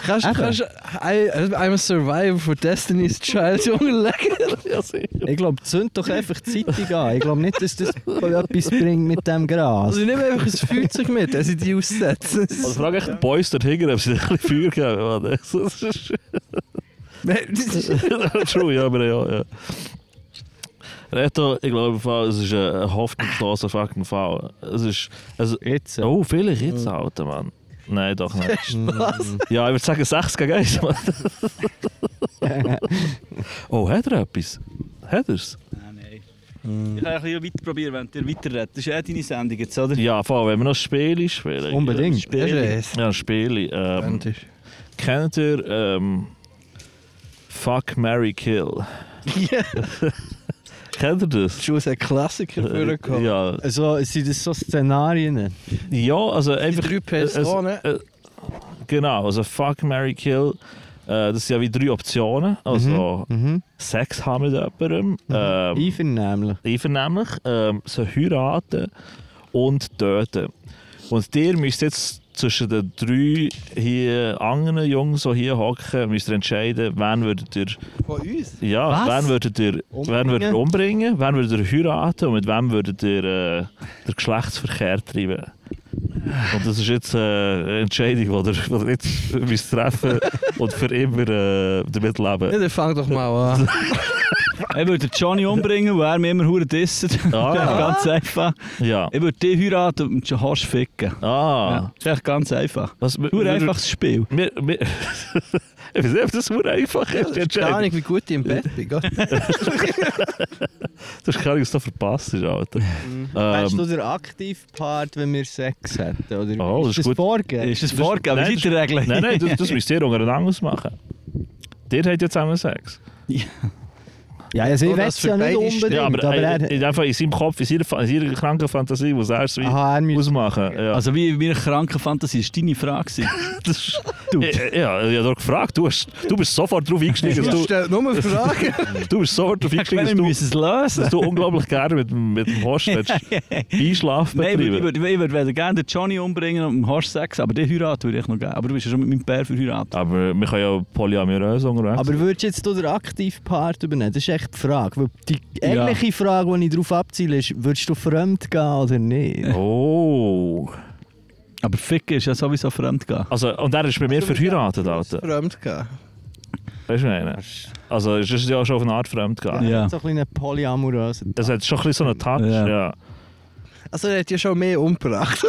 D: Kannst du
A: Eben.
D: kannst, I, I'm a survivor for Destiny's Child, Junge, lecker.
A: Ich glaube, zünd doch einfach die Zeitung an. Ich glaube nicht, dass das etwas bringt mit dem Gras.
D: Also ich nehme einfach ein 40 mit, als ich die aussetze.
B: Also frage ich die Boys dahinter, ob sie <laughs> ein bisschen Feuer geben. Mann. Das ist-
D: Nein, das ist-
B: <laughs> True, ja, aber ja. ja. Reto, ich glaube, im Fall, es ist ein, ein hoffnungsloser fucking Fall. Es ist. Es,
A: Jetzt.
B: oh, vielleicht jetzt, Alter, Mann. Nein, doch
D: <laughs>
B: nicht. Ja, ich würde sagen 6 gegen 1, Mann.
A: <laughs>
B: oh, hat er etwas? Hat er's?
C: Nein, nein. Ich kann ein bisschen weiter probieren, wenn ihr weiterredet. Das ist ja auch deine Sendung jetzt, oder?
B: Ja, voll, wenn wir noch Spiele spielen.
A: Unbedingt.
D: das ist
B: Ja, Spiele. Ähm,
D: es.
B: kennt ihr ähm, Fuck, Mary Kill?
D: Ja,
B: <laughs> Kennt ihr das? Äh,
D: schon ein Klassiker
A: Äh,
D: vorgekommen.
B: Ja,
A: Also, sind das so Szenarien?
B: ja also einfach.
D: Drei Personen. ne?
B: Äh, äh, genau, also Fuck, Mary Kill. Äh, das sind ja wie drei Optionen. Also
A: Mhm.
B: Sex haben mit
D: Mhm.
B: jemandem, ähm,
A: Einvernehmlich.
B: einvernehmlich, ähm, so heiraten und töten. Und ihr müsst jetzt zwischen den drei hier anderen Jungs, die hier hocken, müsst ihr entscheiden, wen würdet ihr,
D: Von uns?
B: ja,
A: Was?
B: wen würdet ihr, wen würdet ihr umbringen, wen würdet ihr heiraten und mit wem würdet ihr äh, den Geschlechtsverkehr treiben. Und das ist jetzt äh, eine Entscheidung, die ihr, die ihr jetzt müsst treffen und für immer äh, damit
D: Ja,
B: leben.
D: dann fang doch
A: <laughs>
D: mal an.
C: Ich würde Johnny umbringen, weil er mich immer hure disst.
B: Ah,
C: Ganz einfach.
B: ja.
C: Ich würde dich heiraten und den Horst ficken.
B: Ah.
C: Ja, das ist echt ganz einfach.
B: Was, wir,
C: Nur
B: wir-
C: einfaches Spiel.
B: Wir, <laughs> wir, ich weiß nicht, ob das nur einfach ist.
D: Ich habe Ahnung, wie gut ich im Bett bin. gell?
B: Du hast keine Ahnung, was du verpasst hast, Alter.
A: Hast
B: Ähm,
A: du den aktiven Part, wenn wir Sex hätten? Oder
B: Oh, das ist
A: ist
B: gut.
A: das vorgegeben?
C: Ist das vorgegeben?
B: nein,
C: Wie sind die Regeln?
B: nein, nein,
C: <laughs>
B: das, das müsst ihr untereinander ausmachen. Der hat ja zusammen Sex.
A: Ja, also ich
D: Oh, das
A: weiß ja
D: für
A: nicht
D: beide
A: unbedingt,
B: Ja, aber,
A: aber,
B: äh,
A: er...
B: in, dem Fall in seinem Kopf, in seiner, Fa- in seiner kranken Fantasie muss er es wie
A: Aha, er müsste...
B: ausmachen. Ja,
C: Also wie in meiner kranken Fantasie, das war deine Frage. gewesen.
B: <laughs> das ist, ja, ja, ich habe doch gefragt. Du, hast, du bist sofort darauf eingestiegen.
D: Du
B: dass du,
D: stellst nur Fragen.
B: du bist sofort darauf
C: Ich meine,
B: eingestiegen,
C: wir
B: dass
C: müssen es lösen.
B: du, dass du unglaublich gerne mit, dem- mit dem Horst
C: <laughs>
B: Einschlafen
C: Nein, ich
B: betreiben.
C: würde, ich würde, ich würde gerne den Johnny umbringen und den Horst Sex, aber den heiraten würde ich noch geben. Aber du bist ja schon mit meinem Bär verheiratet.
B: Aber wir können ja polyamorös unterwegs
A: Aber würdest du jetzt den aktiven Part übernehmen? Das ist echt die Frage. Weil die eigentliche Frage, die ich darauf abziele, ist, würdest du fremd gehen oder nicht?
B: Oh.
C: Aber Ficken ist ja sowieso fremd gehen.
B: Also, und er ist bei mir verheiratet, Alter.
D: Fremd gehen.
B: Weißt du, was ich meine? Also, es ist ja auch schon auf eine Art fremd gegangen.
C: Ja.
A: So ein bisschen polyamoröser.
B: Das hat schon ein bisschen so einen Touch,
C: Ja.
B: ja.
D: Also er hat ja schon mehr umgebracht.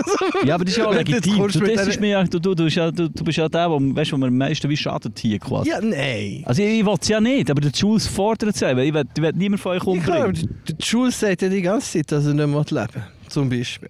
C: Ja, aber das <laughs> ist ja auch
D: Wenn du jetzt
C: legitim.
D: kommst
C: Du,
D: mit
C: das
D: einer-
C: ist mir, ja- du, du, du, bist ja, du, du bist ja der, der, weißt, der mir am meisten wie schadet hier quasi.
D: ja, nein.
C: Also ich, ich will es ja nicht, aber der Jules fordert es ja. weil Ich will, ich will niemand von euch
D: Ich glaube,
C: umbringen.
D: der Jules sagt ja die ganze Zeit, dass er nicht mehr leben will. Zum Beispiel.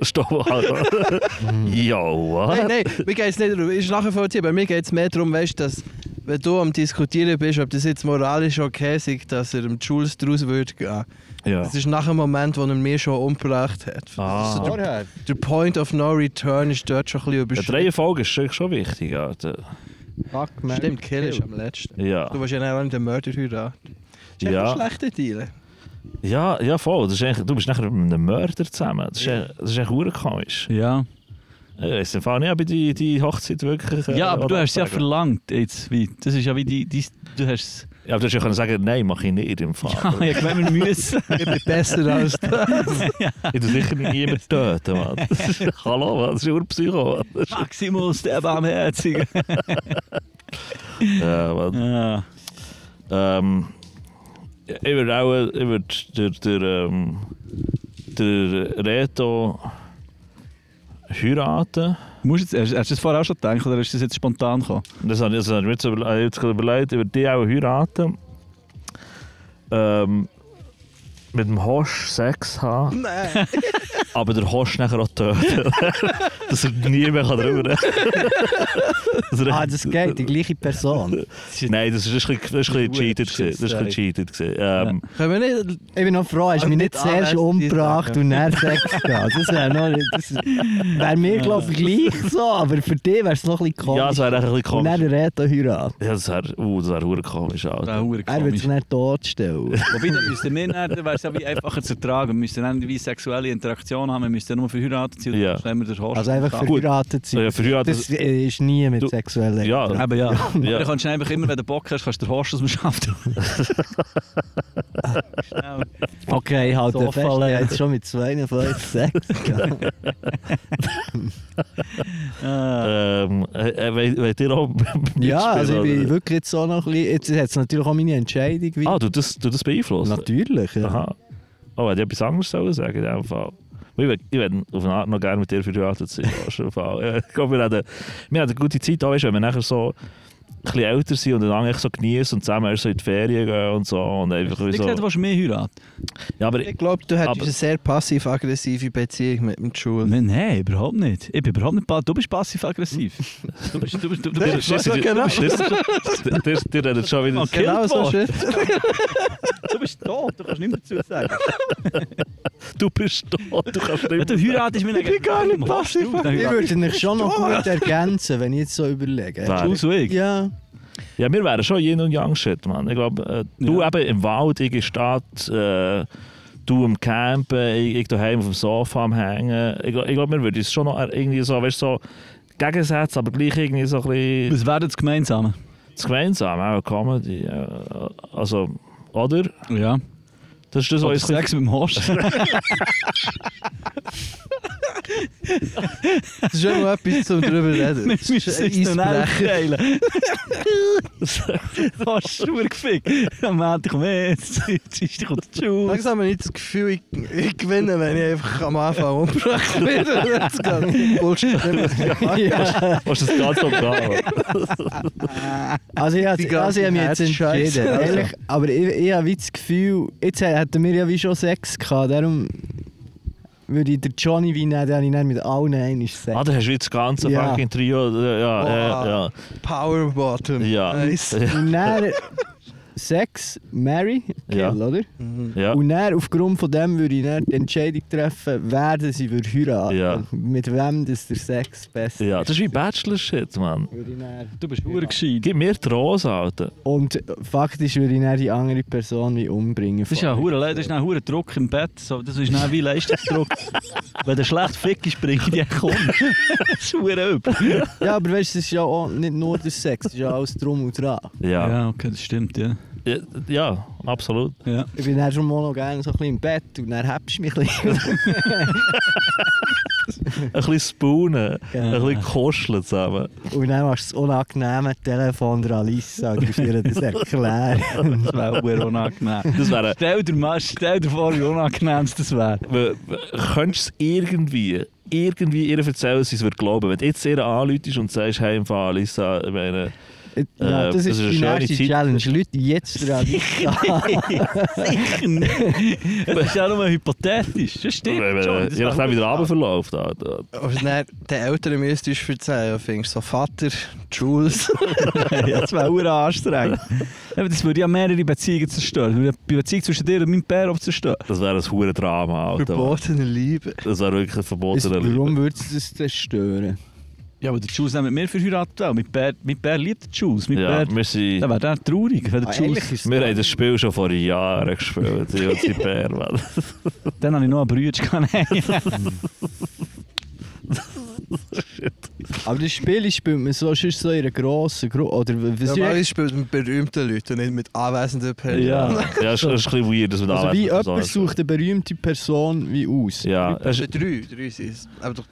B: Stopp, Alter. Yo,
D: Nein,
B: what?
D: nein, mir geht es nicht darum. Ist nachvollziehbar. Mir geht es mehr darum, weißt, dass wenn du am Diskutieren bist, ob das jetzt moralisch okay ist, dass er dem Jules draus würde gehen.
B: Ja.
D: Das ist nach dem Moment, wo er mir schon umgebracht hat.
B: Ah.
D: Das ist so der, der Point of No Return ist dort schon ein bisschen
B: Ja, die
D: überschritten.
B: Reihenfolge ist schon- schon wichtig, Alter.
A: Fuck, man.
D: Stimmt, Kill ist am letzten.
B: Ja.
D: Du warst ja dann auch nicht der Mörder heute. Das ist
B: Ah. Ja.
D: ja. ein schlechter Deal.
B: Ja, ja voll. Das ist echt, du bist nachher mit einem Mörder zusammen. Das ist echt, das ist echt verdammt komisch.
C: Ja.
B: Ich weiss im Fall nicht, ob ich die, die Hochzeit wirklich... äh,
C: Ja, aber du hast es ja
B: absagen.
C: verlangt jetzt. Wie, das ist ja wie die... die du hast
B: Ja, dus aber du hast ja können sagen, nein, mach ich nicht im Fall. <laughs>
C: es... Ja, ich meine, wir <laughs> müssen.
D: Ich bin <laughs> besser als du.
B: Ich tue sicher niemanden töten,
C: <laughs>
B: Mann. Das ist- Hallo, Mann, das ist Urpsycho, Mann. Das ist-
C: Maximus, der Barmherzige.
B: Ja, Mann.
C: Ja.
B: Ähm, ja, ich würde auch, äh, ich würde der, der, ähm, der Reto heiraten.
C: Musst jetzt, hast, hast du das vorher auch schon gedacht oder ist das jetzt spontan gekommen?
B: Das habe ich, das habe ich mir jetzt, überle jetzt gerade überlegt, ich würde die auch heiraten. Ähm, mit dem Hosch Sex haben,
D: Nein. <laughs>
B: aber der Hosch nachher auch <laughs> töten. Dass er nie mehr kann drüber reden Dass
A: <laughs>
B: er-
A: Ah, das geht, die gleiche Person.
B: Nein, das ist ein bisschen, das ist ein bisschen cheated. gewesen. Das ist ein bisschen cheated. gewesen. Ähm,
D: Können wir nicht
A: Ich bin noch froh, hast du mich nicht
D: Also nicht
A: zuerst
D: anlässlich
A: umgebracht
D: dieser
A: und dann Sex gehabt. Das wäre noch... Das wäre mir, glaube ich, gleich so, aber für dich wäre es noch ein bisschen komisch.
B: ja, das wäre eigentlich ein bisschen
A: und
B: komisch.
A: dann redet er heiraten.
B: Ja, das wäre uh, das wär hure komisch. Alter.
C: wäre
A: Er würde sich nicht totstellen.
C: Wobei, dann müssten wir dann, dann wäre es ja wie einfacher zu ertragen. Wir müssten dann wie sexuelle Interaktion haben, wir müssten nur verheiratet sein.
B: Ja.
C: Dann stellen wir den Horst.
A: Also einfach
C: Gut.
A: verheiratet sein.
B: Ja, verheiratet-
A: Das äh, ist nie mit
B: Ah, Du-
A: sexuellen
B: Ja.
A: Akten.
C: Eben ja.
B: Ja.
C: ja. Du kannst einfach immer, wenn du Bock hast, kannst du den Horst aus dem Schaft <laughs> Schnell.
A: Okay, ich halte
C: Sofa
A: fest, ich habe
C: legen.
A: jetzt schon mit 52
B: <laughs>
A: Sex gehabt.
C: Ah.
B: Ähm, äh, äh, wollt wollt ihr auch mitspielen,
A: Ja, also ich bin
B: oder?
A: wirklich jetzt so noch ein bisschen... Jetzt hat es natürlich auch meine Entscheidung wieder.
B: Ah, du das, du das beeinflusst?
A: natürlich, ja.
B: Aha. Oh, hätte ich etwas anderes sollen sagen in dem Fall? Ich würde ich würd auf eine Art noch gerne mit dir verheiratet sein. Lars, im Fall. Ja, Ich glaube, wir hatten wir hatten eine gute Zeit, auch, weißt, wenn wir nachher so ein bisschen älter sind und dann eigentlich so genießen und zusammen so in die Ferien gehen und so. Und einfach
C: Ich
B: so.
C: gesagt, du willst mehr heiraten.
B: Ja, aber
D: Ich glaube, du hättest
B: Aber-
D: eine sehr passiv-aggressive Beziehung mit dem Jules.
C: Nein, Nein, überhaupt nicht. Ich bin überhaupt nicht pa- Du bist passiv-aggressiv. Du bist... Du bist... Du, du
D: Nein,
C: bist...
D: ich weiß
B: Scheisse,
D: auch
B: die-
D: genau.
B: die- die- die- die- die redet schon wieder.
C: Okay. Genau so,
D: shit.
C: Du bist tot, du kannst nichts dazu sagen.
B: Du bist tot, du kannst
C: Wenn
B: nicht
C: du heiratest, mir
D: Ich bin gar nicht passiv.
A: Ich
C: passiv.
A: würde mich schon
B: <laughs>
A: noch gut ergänzen, wenn ich jetzt so überlege.
B: Wer?
C: Jules und
B: <laughs>
C: ich.
A: Ja,
B: Äh, Ja, wir wären schon Yin und Yang Shit, Mann. Ich glaube, äh, du
C: Ja.
B: eben im Wald, ich in der Stadt, äh, du im Campen, ich, ich daheim auf dem Sofa am Hängen. Ich, glaub- ich glaube, wir würden uns schon noch äh, irgendwie so, weißt du, so Gegensätze, aber gleich irgendwie so ein bisschen
C: Was wäre das Gemeinsame?
B: das Gemeinsame, auch Comedy. ja. Also, oder?
C: Ja.
B: Das ist das,
C: Oder
B: was ich.
C: Sex mit dem Horst. <laughs>
D: Das ist schon mal etwas zum drüber
B: <laughs>
D: reden.
C: Wir
D: Das
C: müssen
D: ist ein
C: uns dann auch
D: Eisbrecher.
C: <laughs> teilen. Du hast Schuhe gefickt. Am Montag kommt <laughs> jetzt, Dienstag kommt der Schuh.
D: Langsam habe ich das Gefühl, ich, ich gewinne, wenn ich einfach am Anfang umgebracht
B: <laughs>
D: werde. Das geht. Bullshit.
B: Was ist das ganz normal?
A: also ich,
D: Die
A: habe- also
D: ganze
A: ich habe mich jetzt
D: Herzscheiße.
A: entschieden.
D: Also.
A: Ehrlich, aber ich, ich habe wie das Gefühl, jetzt hätten wir ja wie schon Sex gehabt, darum würde ich den Johnny wie nehmen, den habe ich dann mit allen einmal Sex.
B: ah, da hast du jetzt das ganze
A: Ja.
B: fucking Trio. äh, Ja, ja,
D: Wow. Power Bottom.
B: ja. ja.
D: Nice.
A: Und dann Sex, eh, Marry, Kill,
B: Ja.
A: oder?
D: Mhm.
B: Ja.
A: Und dann, aufgrund von dem würde ich dann die Entscheidung treffen, werden sie für heiraten.
B: Ja.
A: Mit wem das der Sex besser
B: ja,
A: ist.
B: das ist wie Bachelor-Shit, Mann.
A: Würde ich dann-
C: Du bist
A: Ja.
C: urgescheit.
B: Gib mir die Rose, Alter.
A: Und faktisch würde ich dann die andere Person wie umbringen.
C: Das ist ja hure, das ist ein hure Druck im Bett. So, das ist dann dus wie Leistungsdruck. <laughs> Wenn der schlecht Fick ist, bringe ich dich <laughs> um. das ist hure übel.
A: Ja, aber weißt du, es ist ja auch nicht nur der Sex, es ist ja alles drum und dran.
B: Ja. ja.
C: okay, das stimmt, ja.
B: Ja, absolut.
C: ja.
A: Ich bin dann schon mal noch gerne so ein bisschen im Bett und dann häppst du mich ein bisschen.
B: <laughs> Ein bisschen spoonen,
A: Ja.
B: ein bisschen kuscheln zusammen.
A: Und dann machst du das unangenehme Telefon der Alissa und musst ihr das
B: <laughs>
A: erklären.
C: Das wäre hure <laughs> unangenehm.
B: Das wäre.
C: Stell dir, mal, stell dir vor, wie unangenehm das <laughs> wäre.
B: w- w- Könntest du es irgendwie, irgendwie ihr erzählen, dass sie es wird glauben? Wenn du jetzt ihr anläutest und sagst, hey, im Fall, Lisa, ich meine,
A: ja, Äh, das ist
B: das ist eine
A: die
B: schöne
A: nächste
B: Zeit.
A: Challenge. Leute,
B: <laughs>
A: jetzt der Alissa.
C: <laughs> Sicher nicht. Das ist ja nur hypothetisch. Das stimmt
B: wenn-
C: schon.
B: wenn-
C: Das
B: je nachdem, wie der
C: wäre-
B: Abend verläuft. Alter.
D: Aber dann den Eltern müsstest du erzählen, findest du so Vater,
B: <laughs>
D: Jules.
C: <laughs> ja, das wäre hure <laughs> anstrengend. Eben, Das würde ja mehrere Beziehungen zerstören. Das würde die Beziehung zwischen dir und meinem Pär auch zerstören.
B: Das wäre ein hohes Drama. Alter. Mann.
D: Verbotene Liebe.
B: Das wäre wirklich ein
A: Ist-
B: verbotener Liebe.
A: Warum würdest du das zerstören?
C: Ja, aber der Jules nimmt mit mir verheiratet auch. Mein Pär, mein Pär liebt den Jules. Mein
B: Ja,
C: Pär,
B: wir, sind,
C: der wäre dann traurig, wenn der
A: Ah,
C: Jules...
A: ehrlich ist
B: wir haben das Spiel schon vor Jahren gespielt. Ich und die Bär, Mann.
C: Dann habe ich noch
A: <laughs>
C: einen Brütchen.
A: Aber das Spiel spielt man so, sonst so in einer grossen Gruppe. Oder was
D: Ja,
A: ist
D: ich spielt mit berühmten Leuten und nicht mit anwesenden Personen.
B: Ja, ja das ist das ist ein bisschen weird, dus dass wir da
A: Also wie
B: anwesend
A: jemand
B: sind.
A: sucht eine berühmte Person wie aus.
B: Ja, es
D: Das
B: ist-
D: sind drei, drei sind es. Aber doch,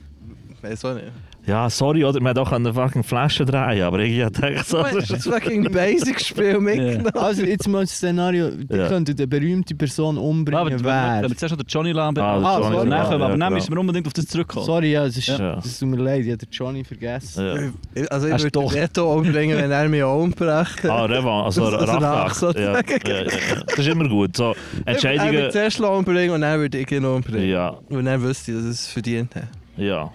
D: weiß auch nicht.
B: ja, sorry, oder? Man hätte auch eine fucking Flasche drehen aber ich habe gedacht, so, das
D: Das
B: ist
D: ist ein fucking Basic-Spiel mitgenommen.
A: Also jetzt mal das
B: <laughs>
A: Szenario, die
B: Ja.
A: könnte eine berühmte Person umbringen,
C: aber wenn
A: wer?
C: wir zuerst noch den Johnny Lamb...
B: Ah,
A: der Johnny
C: aber,
A: Lamb,
C: nachher,
B: ja,
C: aber dann
B: klar.
C: müssen wir unbedingt auf das zurückkommen. <laughs>
A: Sorry, ja, es ist,
B: Ja.
A: das tut mir leid, ich habe den Johnny vergessen.
B: Ja.
D: Also ich
C: Hast
D: würde
C: du
D: den
C: doch-
D: Reto umbringen, wenn er mich auch umbracht.
B: Ah, Revan, also
D: Also Rache
B: Rache. Ja, ja,
D: sozusagen.
B: ja, ja. Das ist immer gut. So,
D: Er würde
B: Entscheidungen.
D: zuerst lassen umbringen und dann würde ich ihn umbringen.
B: Ja,
D: Und dann wüsste ich, dass es verdient hat.
B: ja.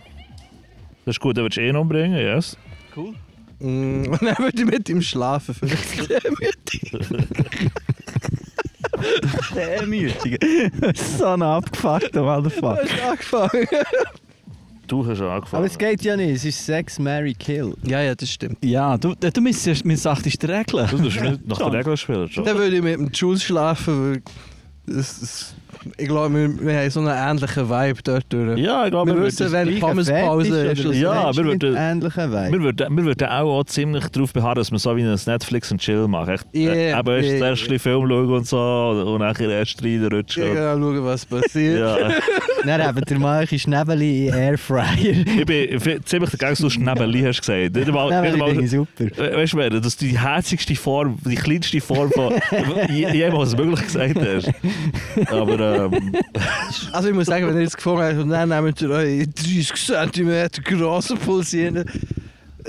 B: Das ist gut, dann willst du ihn umbringen, yes?
D: Mm, Und dann würde ich mit ihm schlafen. Vielleicht.
C: Demütigen. so ein abgefuckter Motherfucker.
D: Hast du angefangen?
B: Du hast angefangen.
A: Aber es geht ja nicht, es ist Sex, Marry, Kill.
D: Ja, ja, das stimmt.
C: Ja, du, du müsstest mir sagtest die Regeln.
B: Du darfst
D: <laughs>
B: nicht nach der
C: Schon.
B: Regel spielen, schon.
D: Dann würde ich mit dem Jules schlafen, weil das, das, ich glaube, wir, wir haben so einen ähnlichen Vibe dort durch.
B: Ja, ich glaube,
D: Wir
B: wir würden,
D: wissen, wenn die Pommes-Pause ist. oder so.
B: Ja, wir würden-
A: ähnlichen
B: wir,
A: Weg.
B: würden, wir würden auch, auch ziemlich darauf beharren, dass wir so wie ein Netflix und Chill machen. Echt, äh,
D: Yeah,
B: eben erst
D: yeah,
B: yeah, erst yeah. Film schauen und so und nachher erst
D: Ich
B: reinrutschen.
D: kann
B: Ja.
D: schauen, was passiert.
A: Dann haben der Mike ist Nebeli in Airfryer.
B: Ich bin fi- ziemlich der Gegensatz, Nebeli hast du gesagt. Nicht einmal, nicht
A: Nebeli
B: einmal,
A: finde ich super.
B: We- Weißt du, Mero, das ist die herzigste Form, die kleinste Form von <laughs> je- jemals möglich gesagt hast. Aber ähm,
D: Also ich muss sagen, wenn ihr jetzt gefangen habt und dann nehmt ihr eure 30 cm grossen Pulsierenden.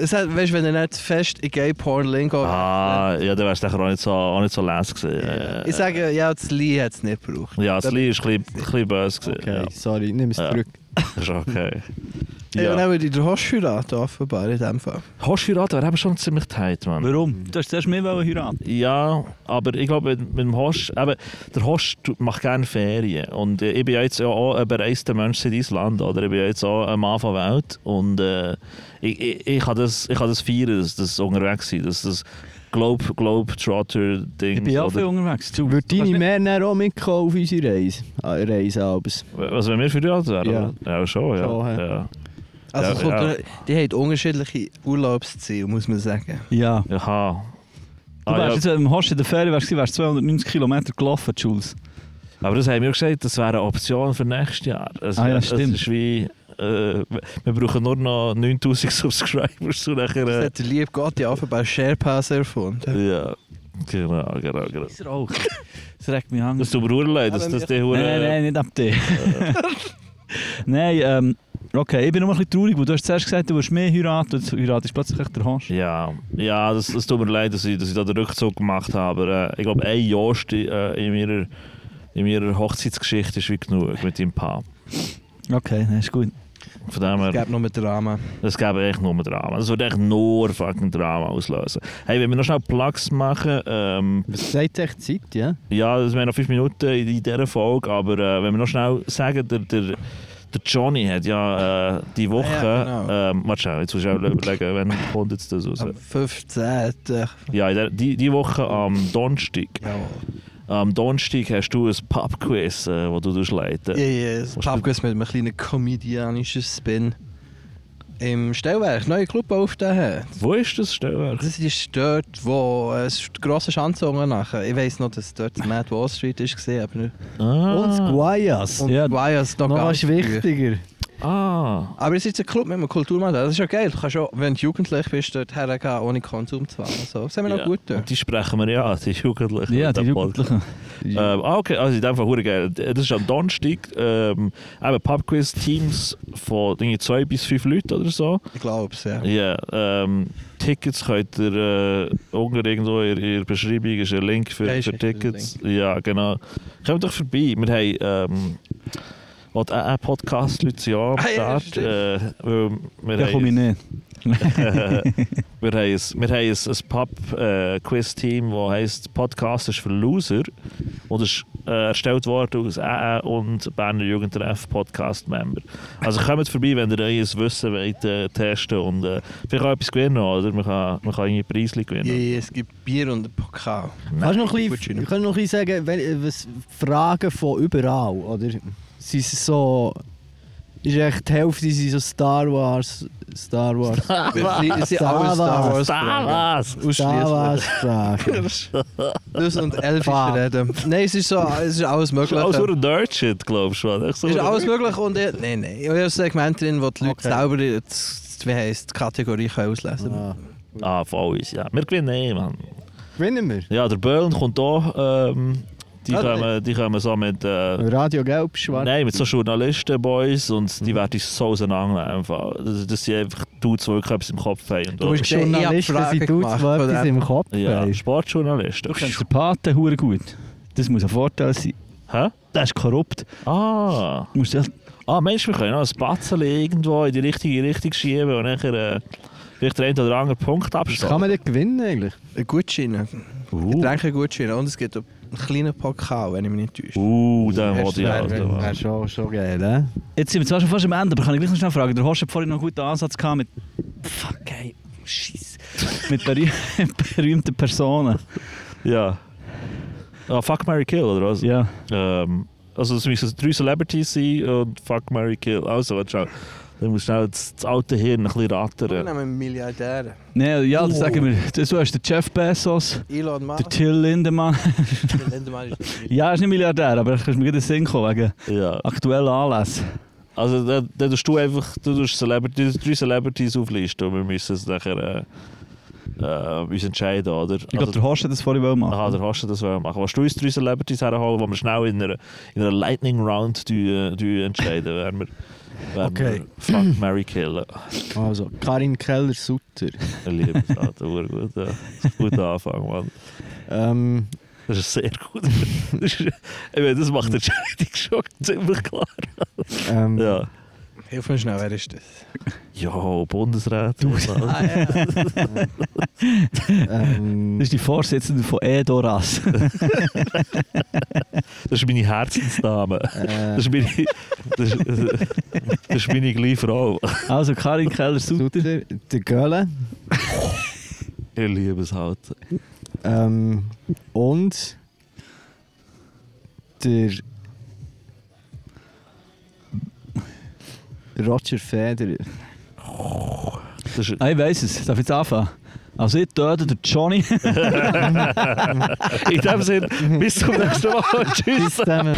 D: Es hat, weißt du, wenn ihr nicht zu fest in Gay-Porn-Link
B: ah, ja, dann wärst du nachher auch nicht so, auch nicht so les gewesen. Ja,
D: Ich sage, ja, das Lee hat es nicht gebraucht.
B: ja, das Lied ist ein bisschen, ein bisschen böse. Gewesen.
A: Okay, sorry, nimm es
B: Ja.
A: zurück.
B: Ja, ist okay.
D: Ja. Und
B: Ja.
D: dann würde ich den Hosch heiraten, offenbar, in dem Fall.
B: Hast du Rat, wäre eben schon ziemlich tight, Mann.
C: Warum? Du hast zuerst mehr heiraten.
B: Ja, aber ich glaube, mit, mit dem Host, eben, der Host tut- macht gerne Ferien. Und äh, ich bin ja jetzt ja auch ein bereister Mensch in deinem Land, oder? Ich bin ja jetzt auch ein Mann von Welt. Und äh, ich, ich, ich, kann das, ich kann das feiern, dass das unterwegs sein, dass das Globe, Globetrotter-Ding
C: Ich bin ja auch viel unterwegs. Du,
A: Würde
C: du kannst
A: deine
C: nicht-
A: Mär dann auch mitkommen auf unsere Reise? Ah, Reise abends.
B: Was, wenn wir verheiratet wären?
A: Ja.
B: oder? ja schon, ja.
A: Schon, ja.
B: ja.
D: Also
B: Ja,
D: es kommt,
B: ja.
D: durch- die haben unterschiedliche Urlaubsziele, muss man sagen.
C: Ja.
B: Aha.
C: Du
B: Ah,
C: wärst
B: ja.
C: jetzt, wenn du Horst in der Ferien wärst, gewesen, wärst du 290 Kilometer gelaufen, Jules.
B: Aber das haben wir gesagt, das wäre eine Option für nächstes Jahr. Es,
C: Ah ja,
B: es
C: stimmt.
B: ist wie, äh, wir brauchen nur noch 9000 <laughs> Subscribers und nachher...
D: Das
B: Äh,
D: hat der liebe Gott ja offenbar Sharepass erfunden.
B: Ja, nou, genau, genau, genau.
C: Ist er <laughs> auch. Das regt mich an.
B: Das tut mir verdammt leid, dass das die Hure...
C: Nein, nein, nicht ab dir. nein, ähm, okay, ich bin nur ein bisschen traurig, weil du hast zuerst gesagt, du willst mehr heiraten, und jetzt heiratest du plötzlich echt der Horst.
B: eh, Ja, ja das, das tut mir leid, dass ich, dass ich da den Rückzug gemacht habe. Aber äh, ich glaube, ein Jahr sti- äh, in, meiner, in meiner Hochzeitsgeschichte ist wie genug mit deinem Paar.
C: Okay, nein, ist gut.
B: Von dem her,
D: Es gäbe noch mit Drama.
B: es gäbe echt nur Drama. Es würde echt nur fucking Drama auslösen. Hey, wenn wir noch schnell Plugs machen, ähm,
A: Es sagt echt Zeit, ja?
B: Ja, das wären noch fünf Minuten in, in dieser Folge, aber äh, wenn wir noch schnell sagen, der, der, der Johnny hat ja äh, die Woche.
D: Ah ja, genau.
B: ähm, warte schnell, jetzt musst du auch überlegen, wann kommt jetzt das raus.
D: Am 15.
B: Ja, in der, die, die Woche am Donnerstag.
D: Jawohl.
B: Am Donnerstag hast du ein Pub-Quiz, äh, das du durchleiten
D: Ja, ja, das
B: Was
D: Pubquiz mit einem kleinen komödianischen Spin. Im Stellwerk, neue Club aufgetan.
B: Wo ist das Stellwerk?
D: Das ist dort, wo äh, es ist die grosse Schanze unten nachher. Ich weiss noch, dass dort das Mad Wall Street war, aber
B: Ah,
A: Und Guayas.
D: Und
C: Ja,
D: ja, Guayas noch,
A: Noch
D: ganz
A: was
D: früh.
A: wichtiger.
B: ah.
D: Aber es ist jetzt ein Club mit einem Kulturmodell. Das ist ja geil. Du kannst auch, wenn du jugendlich bist, dort hergehen, ohne Konsum zu haben. So, das haben wir
B: Ja,
D: noch gut getan.
B: und die sprechen wir ja an, die Jugendlichen.
C: Ja,
B: mit
C: die
B: dem Podcast.
C: Jugendlichen.
B: Ähm, ah, okay, also in dem Fall hure geil. Das ist am Donnerstag. Ähm, eben Pubquiz, Teams von irgendwie zwei bis fünf Leuten oder so.
D: Ich glaube es, ja.
B: Ja, ähm, Tickets könnt ihr äh, unten irgendwo in in der Beschreibung ist ein Link für,
D: Ja, ist
B: für
D: echt ein
B: Tickets. Ja, genau. Kommt doch vorbei. Wir haben ähm, auch die AA Podcast Leute sind auch am
D: Ah, ja,
B: Start. Äh, weil wir
C: Da
B: haben-
C: komme ich nicht. <laughs>
B: Äh, wir haben ein, wir haben ein, ein äh, Pub-Quiz-Team, das heisst Podcast ist für Loser. Und es ist äh, erstellt worden aus AA und Berner Jugendtreff Podcast-Member. Also kommt vorbei, wenn ihr euer Wissen wollt, äh, testen und äh, vielleicht auch etwas gewinnen, oder? Man kann, man kann irgendwie Preisli
D: Ja,
B: gewinnen.
D: ja, es gibt Bier und einen Pokal.
A: Kannst du noch ein
D: Gut,
A: bisschen,
D: Gino.
A: kannst du noch ein bisschen sagen, wel- eh, was Fragen von überall, oder? Sind es so... Ist echt die Hälfte sind so Star Wars... Star Wars...
D: Es sind alle Star Wars.
B: Star Wars!
A: Star Wars
B: <laughs>
A: Fragen.
D: <laughs> Das und elfische
A: Fuck.
D: Reden. Nein, es ist, so, es ist alles
B: Das ist
D: möglich.
B: alles nur ein Nerd-Shit, glaubst du? oder? Ich so-
D: Es ist alles möglich und ich, nein, nein. Ich habe ein Segment drin, wo die Leute
A: Okay.
D: selber die, die- wie heisst, die Kategorie können auslesen können.
A: Ah.
B: Ah, voll ist, ja. Wir gewinnen eh, Mann.
A: Gewinnen wir?
B: Ja, der Böhlen kommt auch. Ähm, die,
D: Ah,
B: kommen, die kommen so mit... Äh,
A: Radio Gelb, Schwarz...
B: Nein, mit so Journalisten-Boys und die werden so auseinandernehmen. einfach. Das, das sind einfach Dudes, die wirklich etwas im Kopf haben. Und
D: Du bist- Ich hab
A: Journalisten
D: Fragen
A: sind gut,
D: gemacht
A: die
D: von
A: etwas
D: dem.
A: im Kopf
B: ja,
A: haben.
B: Sportjournalisten.
C: Du kennst den Paten hure gut. Das muss ein Vorteil sein.
B: Hä?
C: Der ist korrupt.
B: Ah.
C: Du musst echt-
B: ah, Mensch, wir können noch ein Batzeli irgendwo in die richtige Richtung schieben und nachher äh, vielleicht den einen oder anderen Punkt
A: Kann
B: abschließen.
A: man das gewinnen eigentlich?
D: Ein Gutschein.
C: Uh.
D: Ich denke ein Gutschein. Und es gibt auch einen kleinen Pokal, wenn ich mich nicht täusche.
B: Uh, den wollte ich
D: Ja,
B: auch.
D: ja,
A: Wäre schon, schon geil, hä?
C: Jetzt sind wir zwar schon fast am Ende, aber kann ich gleich noch schnell fragen. Der Horst hat vorhin noch einen guten Ansatz gehabt mit. Fuck, ey. Scheiße. mit berüh <laughs> berühmten Personen.
B: Ja. Ah, fuck, Mary Kill, oder was?
C: Ja.
B: Ähm, also es müssen drei Celebrities sein und fuck, Mary Kill. Also, warte schon. Dann musst du schnell das, das alte Hirn ein bisschen
D: Wir
B: rattern.
D: nehmen Milliardäre.
C: Nee, ja, das sagen wir. Du hast den Jeff Bezos,
D: Elon
C: der
D: Musk.
C: Till Lindemann. <laughs>
D: Der Lindemann ist nicht
C: Ja, er ist nicht Milliardär, aber ich kann mir gerade in den Sinn kommen wegen
B: Ja.
C: aktuellen Anlässen.
B: Also dann, dann tust du einfach du tust Celebrities, drei Celebrities auflisten und wir müssen es nachher äh, äh, uns entscheiden, oder?
C: Ich glaube, der Horst hat das vorhin wollen machen.
B: aha, der hast du das wollen machen. Willst du uns drei Celebrities herholen, die wir schnell in einer, in einer Lightning Round du, äh, du entscheiden, wer wir, wer
A: Okay.
B: wir Fuck, Mary Kill. äh,
A: Also, Karin Keller-Sutter.
B: Liebe Tat, gut, ja. Das ist ein guter Anfang, Mann.
A: Ähm,
B: Das ist sehr gut. Das, ist, ich meine, das macht die Entscheidung schon ziemlich klar.
C: Mhm.
A: ähm,
B: Ja.
D: Hilf mir schnell, wer ist das?
B: Jo, Bundesrat. Du,
C: <laughs>
D: Ah, ja.
A: ähm,
C: Das ist die Vorsitzende von Edoras.
B: Das ist meine Herzensdame.
A: äh,
B: Das ist meine, das ist, das ist meine gleiche Frau.
C: also Karin
A: Sutter,
C: Keller-Sutter.
A: der Göhle.
B: Ich liebe es halt.
A: Ähm, und der Roger Federer.
B: Das ist,
C: Ah, ich weiss es, darf ich jetzt anfangen? Also ich töte den Johnny.
B: in dem Sinne, bis zum nächsten Mal. Tschüss.
A: Zusammen.